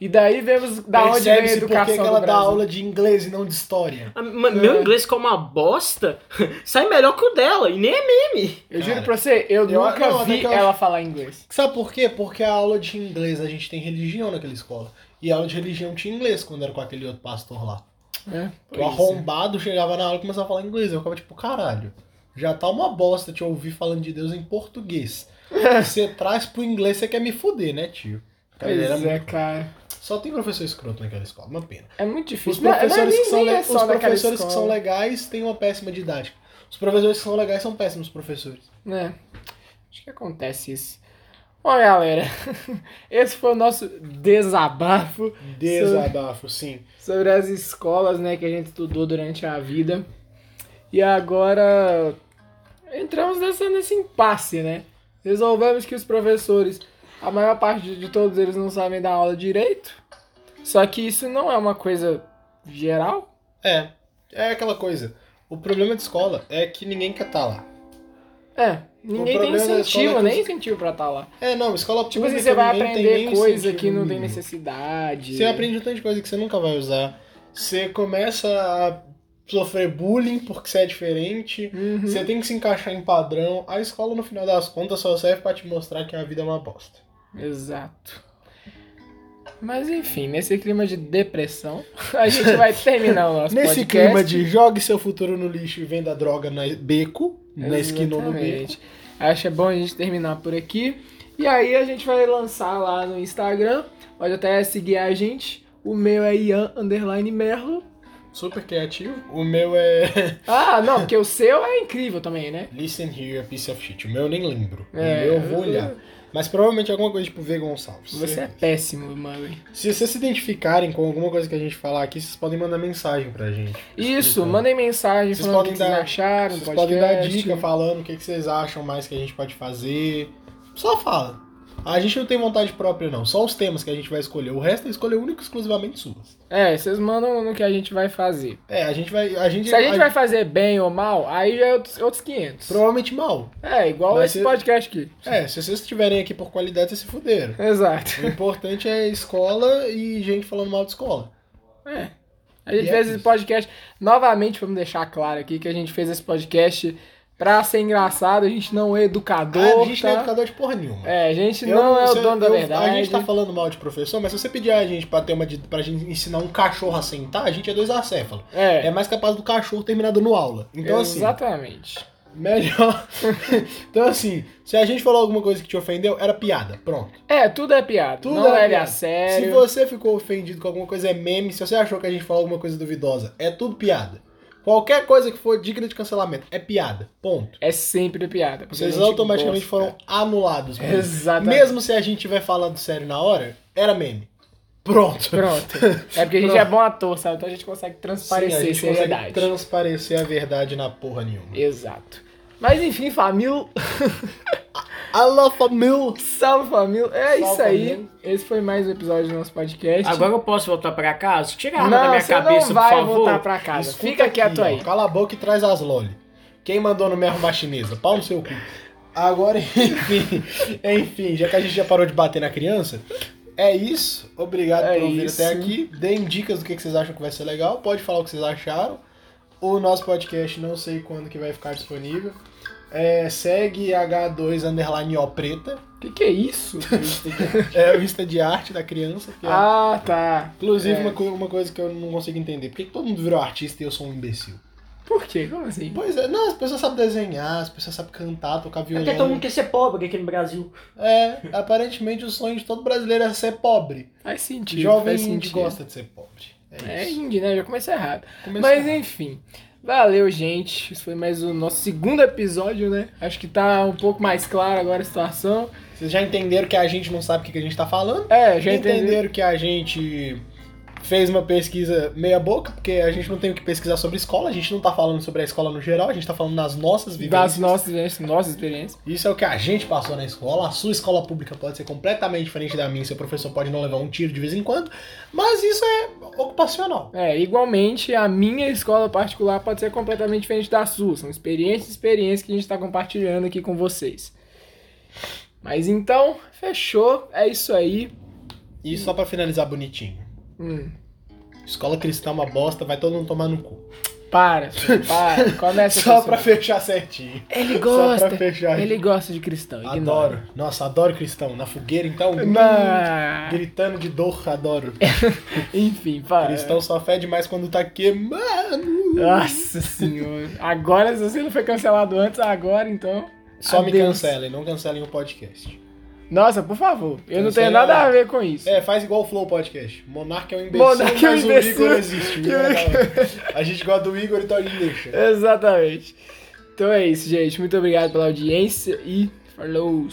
Speaker 2: E daí vemos da onde vem a
Speaker 1: Percebe-se
Speaker 2: educação
Speaker 1: por que que
Speaker 2: do
Speaker 1: ela dá
Speaker 2: Brasil.
Speaker 1: aula de inglês e não de história.
Speaker 3: Ah, ma- Meu inglês, que é uma bosta, sai melhor que o dela. E nem é meme.
Speaker 2: Eu
Speaker 1: Cara,
Speaker 2: juro pra você, eu,
Speaker 1: eu-
Speaker 2: nunca
Speaker 1: não, até
Speaker 2: vi
Speaker 1: que eu-
Speaker 2: ela falar inglês.
Speaker 1: Sabe por quê? Porque a aula de inglês a gente tem religião naquela escola. E a aula de religião tinha inglês quando era com aquele outro pastor lá.
Speaker 2: né?
Speaker 1: O arrombado chegava na aula e começava a falar inglês. Eu ficava tipo, caralho, já tá uma bosta te ouvir falando de Deus em português. Você traz pro inglês, você quer me fuder, né, tio? Cara, ele era
Speaker 2: Pois é,
Speaker 1: muito-
Speaker 2: cara.
Speaker 1: Só tem professor escroto naquela escola, uma pena.
Speaker 2: É muito difícil.
Speaker 1: Os professores, que, são
Speaker 2: nem
Speaker 1: le-
Speaker 2: é
Speaker 1: os
Speaker 2: só naquela
Speaker 1: professores que
Speaker 2: escola,
Speaker 1: são legais têm uma péssima didática. Os professores que são legais são péssimos professores.
Speaker 2: né? Acho que acontece isso. Bom, galera, esse foi o nosso desabafo
Speaker 1: Desabafo, sim.
Speaker 2: sobre as escolas, né, que a gente estudou durante a vida. E agora entramos nessa, nesse impasse, né? Resolvemos que os professores, a maior parte de todos eles não sabem dar aula direito. Só que isso não é uma coisa geral.
Speaker 1: É, é aquela coisa. O problema de escola é que ninguém quer estar lá.
Speaker 2: É, ninguém tem
Speaker 1: problema da escola é
Speaker 2: incentivo,
Speaker 1: que
Speaker 2: nem
Speaker 1: os-
Speaker 2: incentivo pra estar lá.
Speaker 1: É, não, escola
Speaker 2: Tipo
Speaker 1: pública
Speaker 2: assim, você vai
Speaker 1: ninguém tem
Speaker 2: aprender
Speaker 1: nem
Speaker 2: coisa
Speaker 1: incentivo
Speaker 2: que não tem
Speaker 1: mínimo.
Speaker 2: necessidade.
Speaker 1: Você aprende um tanto de coisa que você nunca vai usar. Você começa a sofrer bullying porque você é diferente.
Speaker 2: Uhum.
Speaker 1: Você tem que se encaixar em padrão. A escola, no final das contas, só serve pra te mostrar que a vida é uma bosta.
Speaker 2: Exato. Mas enfim, nesse clima de depressão, a gente vai terminar o nosso
Speaker 1: Nesse
Speaker 2: podcast.
Speaker 1: clima de jogue seu futuro no lixo e venda droga na beco, na esquina ou no beco.
Speaker 2: Exatamente. Acho é bom a gente terminar por aqui. E aí a gente vai lançar lá no Instagram. Pode até seguir a gente. O meu é Ian Underline Merlo.
Speaker 1: Super criativo. O meu é.
Speaker 2: Ah, não, porque o seu é incrível também, né?
Speaker 1: Listen here, piece of shit. O meu eu nem lembro.
Speaker 2: É.
Speaker 1: o meu eu vou olhar. Mas provavelmente alguma coisa tipo V Gonçalves.
Speaker 2: Você é
Speaker 1: certeza.
Speaker 2: péssimo, mano.
Speaker 1: Se vocês se identificarem com alguma coisa que a gente falar aqui, vocês podem mandar mensagem pra gente.
Speaker 2: Isso,
Speaker 1: Explicando.
Speaker 2: mandem mensagem
Speaker 1: Vocês
Speaker 2: falando o que
Speaker 1: podem
Speaker 2: vocês
Speaker 1: dar-
Speaker 2: acharam. do
Speaker 1: Vocês podem dar
Speaker 2: podcast.
Speaker 1: dica falando o que que vocês acham mais que a gente pode fazer. Só fala. A gente não tem vontade própria, não. Só os temas que a gente vai escolher. O resto é escolha única e exclusivamente suas.
Speaker 2: É, vocês mandam no que a gente vai fazer.
Speaker 1: É, a gente vai. A gente,
Speaker 2: Se a gente vai fazer bem ou mal, aí já é outros, outros 500.
Speaker 1: Provavelmente mal.
Speaker 2: É, igual
Speaker 1: Vai
Speaker 2: esse
Speaker 1: ser-
Speaker 2: podcast aqui.
Speaker 1: É, se vocês estiverem aqui por qualidade, vocês se fuderam.
Speaker 2: Exato.
Speaker 1: O importante é escola e gente falando mal de escola.
Speaker 2: É. A gente
Speaker 1: E é
Speaker 2: fez
Speaker 1: isso.
Speaker 2: esse podcast. Novamente, vamos deixar claro aqui que a gente fez esse podcast pra ser engraçado. A gente não é educador.
Speaker 1: a gente não é
Speaker 2: tá?
Speaker 1: educador de porra nenhuma.
Speaker 2: É, a gente
Speaker 1: Eu-
Speaker 2: não é o
Speaker 1: se-
Speaker 2: dono da
Speaker 1: eu-
Speaker 2: verdade.
Speaker 1: A gente tá falando mal de professor, mas se você pedir a gente pra, ter uma, di- pra gente ensinar um cachorro a sentar, a gente é dois acéfalos.
Speaker 2: É,
Speaker 1: É mais capaz do cachorro terminar dando aula. Então, assim,
Speaker 2: exatamente.
Speaker 1: melhor. então, assim, se a gente falou alguma coisa que te ofendeu, era piada. Pronto.
Speaker 2: É, tudo é piada.
Speaker 1: Tudo
Speaker 2: não
Speaker 1: é
Speaker 2: leve a
Speaker 1: piada. Se
Speaker 2: sério.
Speaker 1: você ficou ofendido com alguma coisa, é meme. Se você achou que a gente falou alguma coisa duvidosa, é tudo piada. Qualquer coisa que for digna de cancelamento é piada. Ponto.
Speaker 2: É sempre piada. porque a
Speaker 1: Vocês
Speaker 2: gente
Speaker 1: automaticamente
Speaker 2: gosta.
Speaker 1: foram anulados. por isso.
Speaker 2: Exatamente.
Speaker 1: Mesmo se a gente tiver falado sério na hora, era meme. Pronto.
Speaker 2: Pronto. É porque a gente é bom ator, sabe? Então a gente consegue transparecer
Speaker 1: Sim, a gente
Speaker 2: seriedade.
Speaker 1: consegue transparecer a verdade na porra nenhuma.
Speaker 2: Exato. Mas enfim, família.
Speaker 1: Alô, família!
Speaker 2: Salve família. É
Speaker 1: Salve,
Speaker 2: isso aí.
Speaker 1: família.
Speaker 2: Esse foi mais um episódio do nosso podcast.
Speaker 3: Agora eu posso voltar pra casa? Tira a
Speaker 2: não,
Speaker 3: arma da minha
Speaker 2: você
Speaker 3: cabeça,
Speaker 2: não vai
Speaker 3: por favor.
Speaker 2: voltar pra casa.
Speaker 1: Escuta
Speaker 2: Fica quieto
Speaker 1: ó,
Speaker 2: aí.
Speaker 1: Cala a boca e traz as loli. Quem mandou no me arrumar chinesa? Pau no seu cu. Agora, enfim, enfim, já que a gente já parou de bater na criança, é isso. Obrigado
Speaker 2: É
Speaker 1: por ouvir
Speaker 2: isso.
Speaker 1: até aqui. Deem dicas do que que vocês acham que vai ser legal. Pode falar o que vocês acharam. O nosso podcast não sei quando que vai ficar disponível. É, segue H2 Underline O Preta.
Speaker 2: Que que é isso?
Speaker 1: É o Insta de arte da criança. que é-
Speaker 2: ah, tá.
Speaker 1: Inclusive,
Speaker 2: é.
Speaker 1: uma, co- uma coisa que eu não consigo entender. Por que que todo mundo virou artista e eu sou um imbecil?
Speaker 2: Por quê? Como assim?
Speaker 1: Pois é, não, as pessoas sabem desenhar, as pessoas sabem cantar, tocar violão.
Speaker 3: Até todo mundo quer ser pobre aqui no Brasil.
Speaker 1: É, aparentemente o sonho de todo brasileiro é ser pobre.
Speaker 2: Faz sentido.
Speaker 1: Jovem
Speaker 2: faz
Speaker 1: indie
Speaker 2: sentido.
Speaker 1: gosta de ser pobre. É
Speaker 2: É
Speaker 1: isso.
Speaker 2: indie, né? Já começou errado.
Speaker 1: Começou
Speaker 2: Mas é-
Speaker 1: errado.
Speaker 2: enfim. Valeu, gente. Esse foi mais o nosso segundo episódio, né? Acho que tá um pouco mais claro agora a situação.
Speaker 1: Vocês já entenderam que a gente não sabe o que que a gente tá falando?
Speaker 2: É, já entendeu.
Speaker 1: entenderam que a gente fez uma pesquisa meia boca, porque a gente não tem o que pesquisar sobre escola, a gente não tá falando sobre a escola no geral, a gente tá falando nas nossas vivências.
Speaker 2: Das nossas, nossas experiências.
Speaker 1: Isso é o que a gente passou na escola. A sua escola pública pode ser completamente diferente da minha, seu professor pode não levar um tiro de vez em quando, mas isso é ocupacional.
Speaker 2: É, igualmente, a minha escola particular pode ser completamente diferente da sua. São experiências e experiências que a gente está compartilhando aqui com vocês. Mas então, fechou. É isso aí.
Speaker 1: E só pra finalizar bonitinho.
Speaker 2: Hum,
Speaker 1: Escola cristã é uma bosta, vai todo mundo tomar no cu.
Speaker 2: para, filho, para. Começa
Speaker 1: Só
Speaker 2: com
Speaker 1: pra
Speaker 2: isso.
Speaker 1: fechar certinho. Só pra
Speaker 2: Ele É gosta.
Speaker 1: fechar.
Speaker 2: Ele gosta de cristão. Ignora.
Speaker 1: Adoro. Nossa, adoro cristão. Na fogueira, então.
Speaker 2: Na-
Speaker 1: Gritando de dor, adoro.
Speaker 2: É. Enfim, para.
Speaker 1: Cristão só fede mais quando tá queimando.
Speaker 2: Nossa senhora. Agora, se você não foi cancelado antes, agora então.
Speaker 1: Só me
Speaker 2: Adeus.
Speaker 1: cancelem, não cancelem o podcast.
Speaker 2: Nossa, por favor. Eu não
Speaker 1: Cancela.
Speaker 2: tenho nada a ver com isso.
Speaker 1: É, faz igual o Flow Podcast. Monarca é um imbecil,
Speaker 2: Monarca é um
Speaker 1: mas
Speaker 2: imbecil.
Speaker 1: o Igor existe. O Igor é da hora. a gente gosta do Igor, então a gente deixa.
Speaker 2: Exatamente. Então é isso, gente. Muito obrigado pela audiência e falou!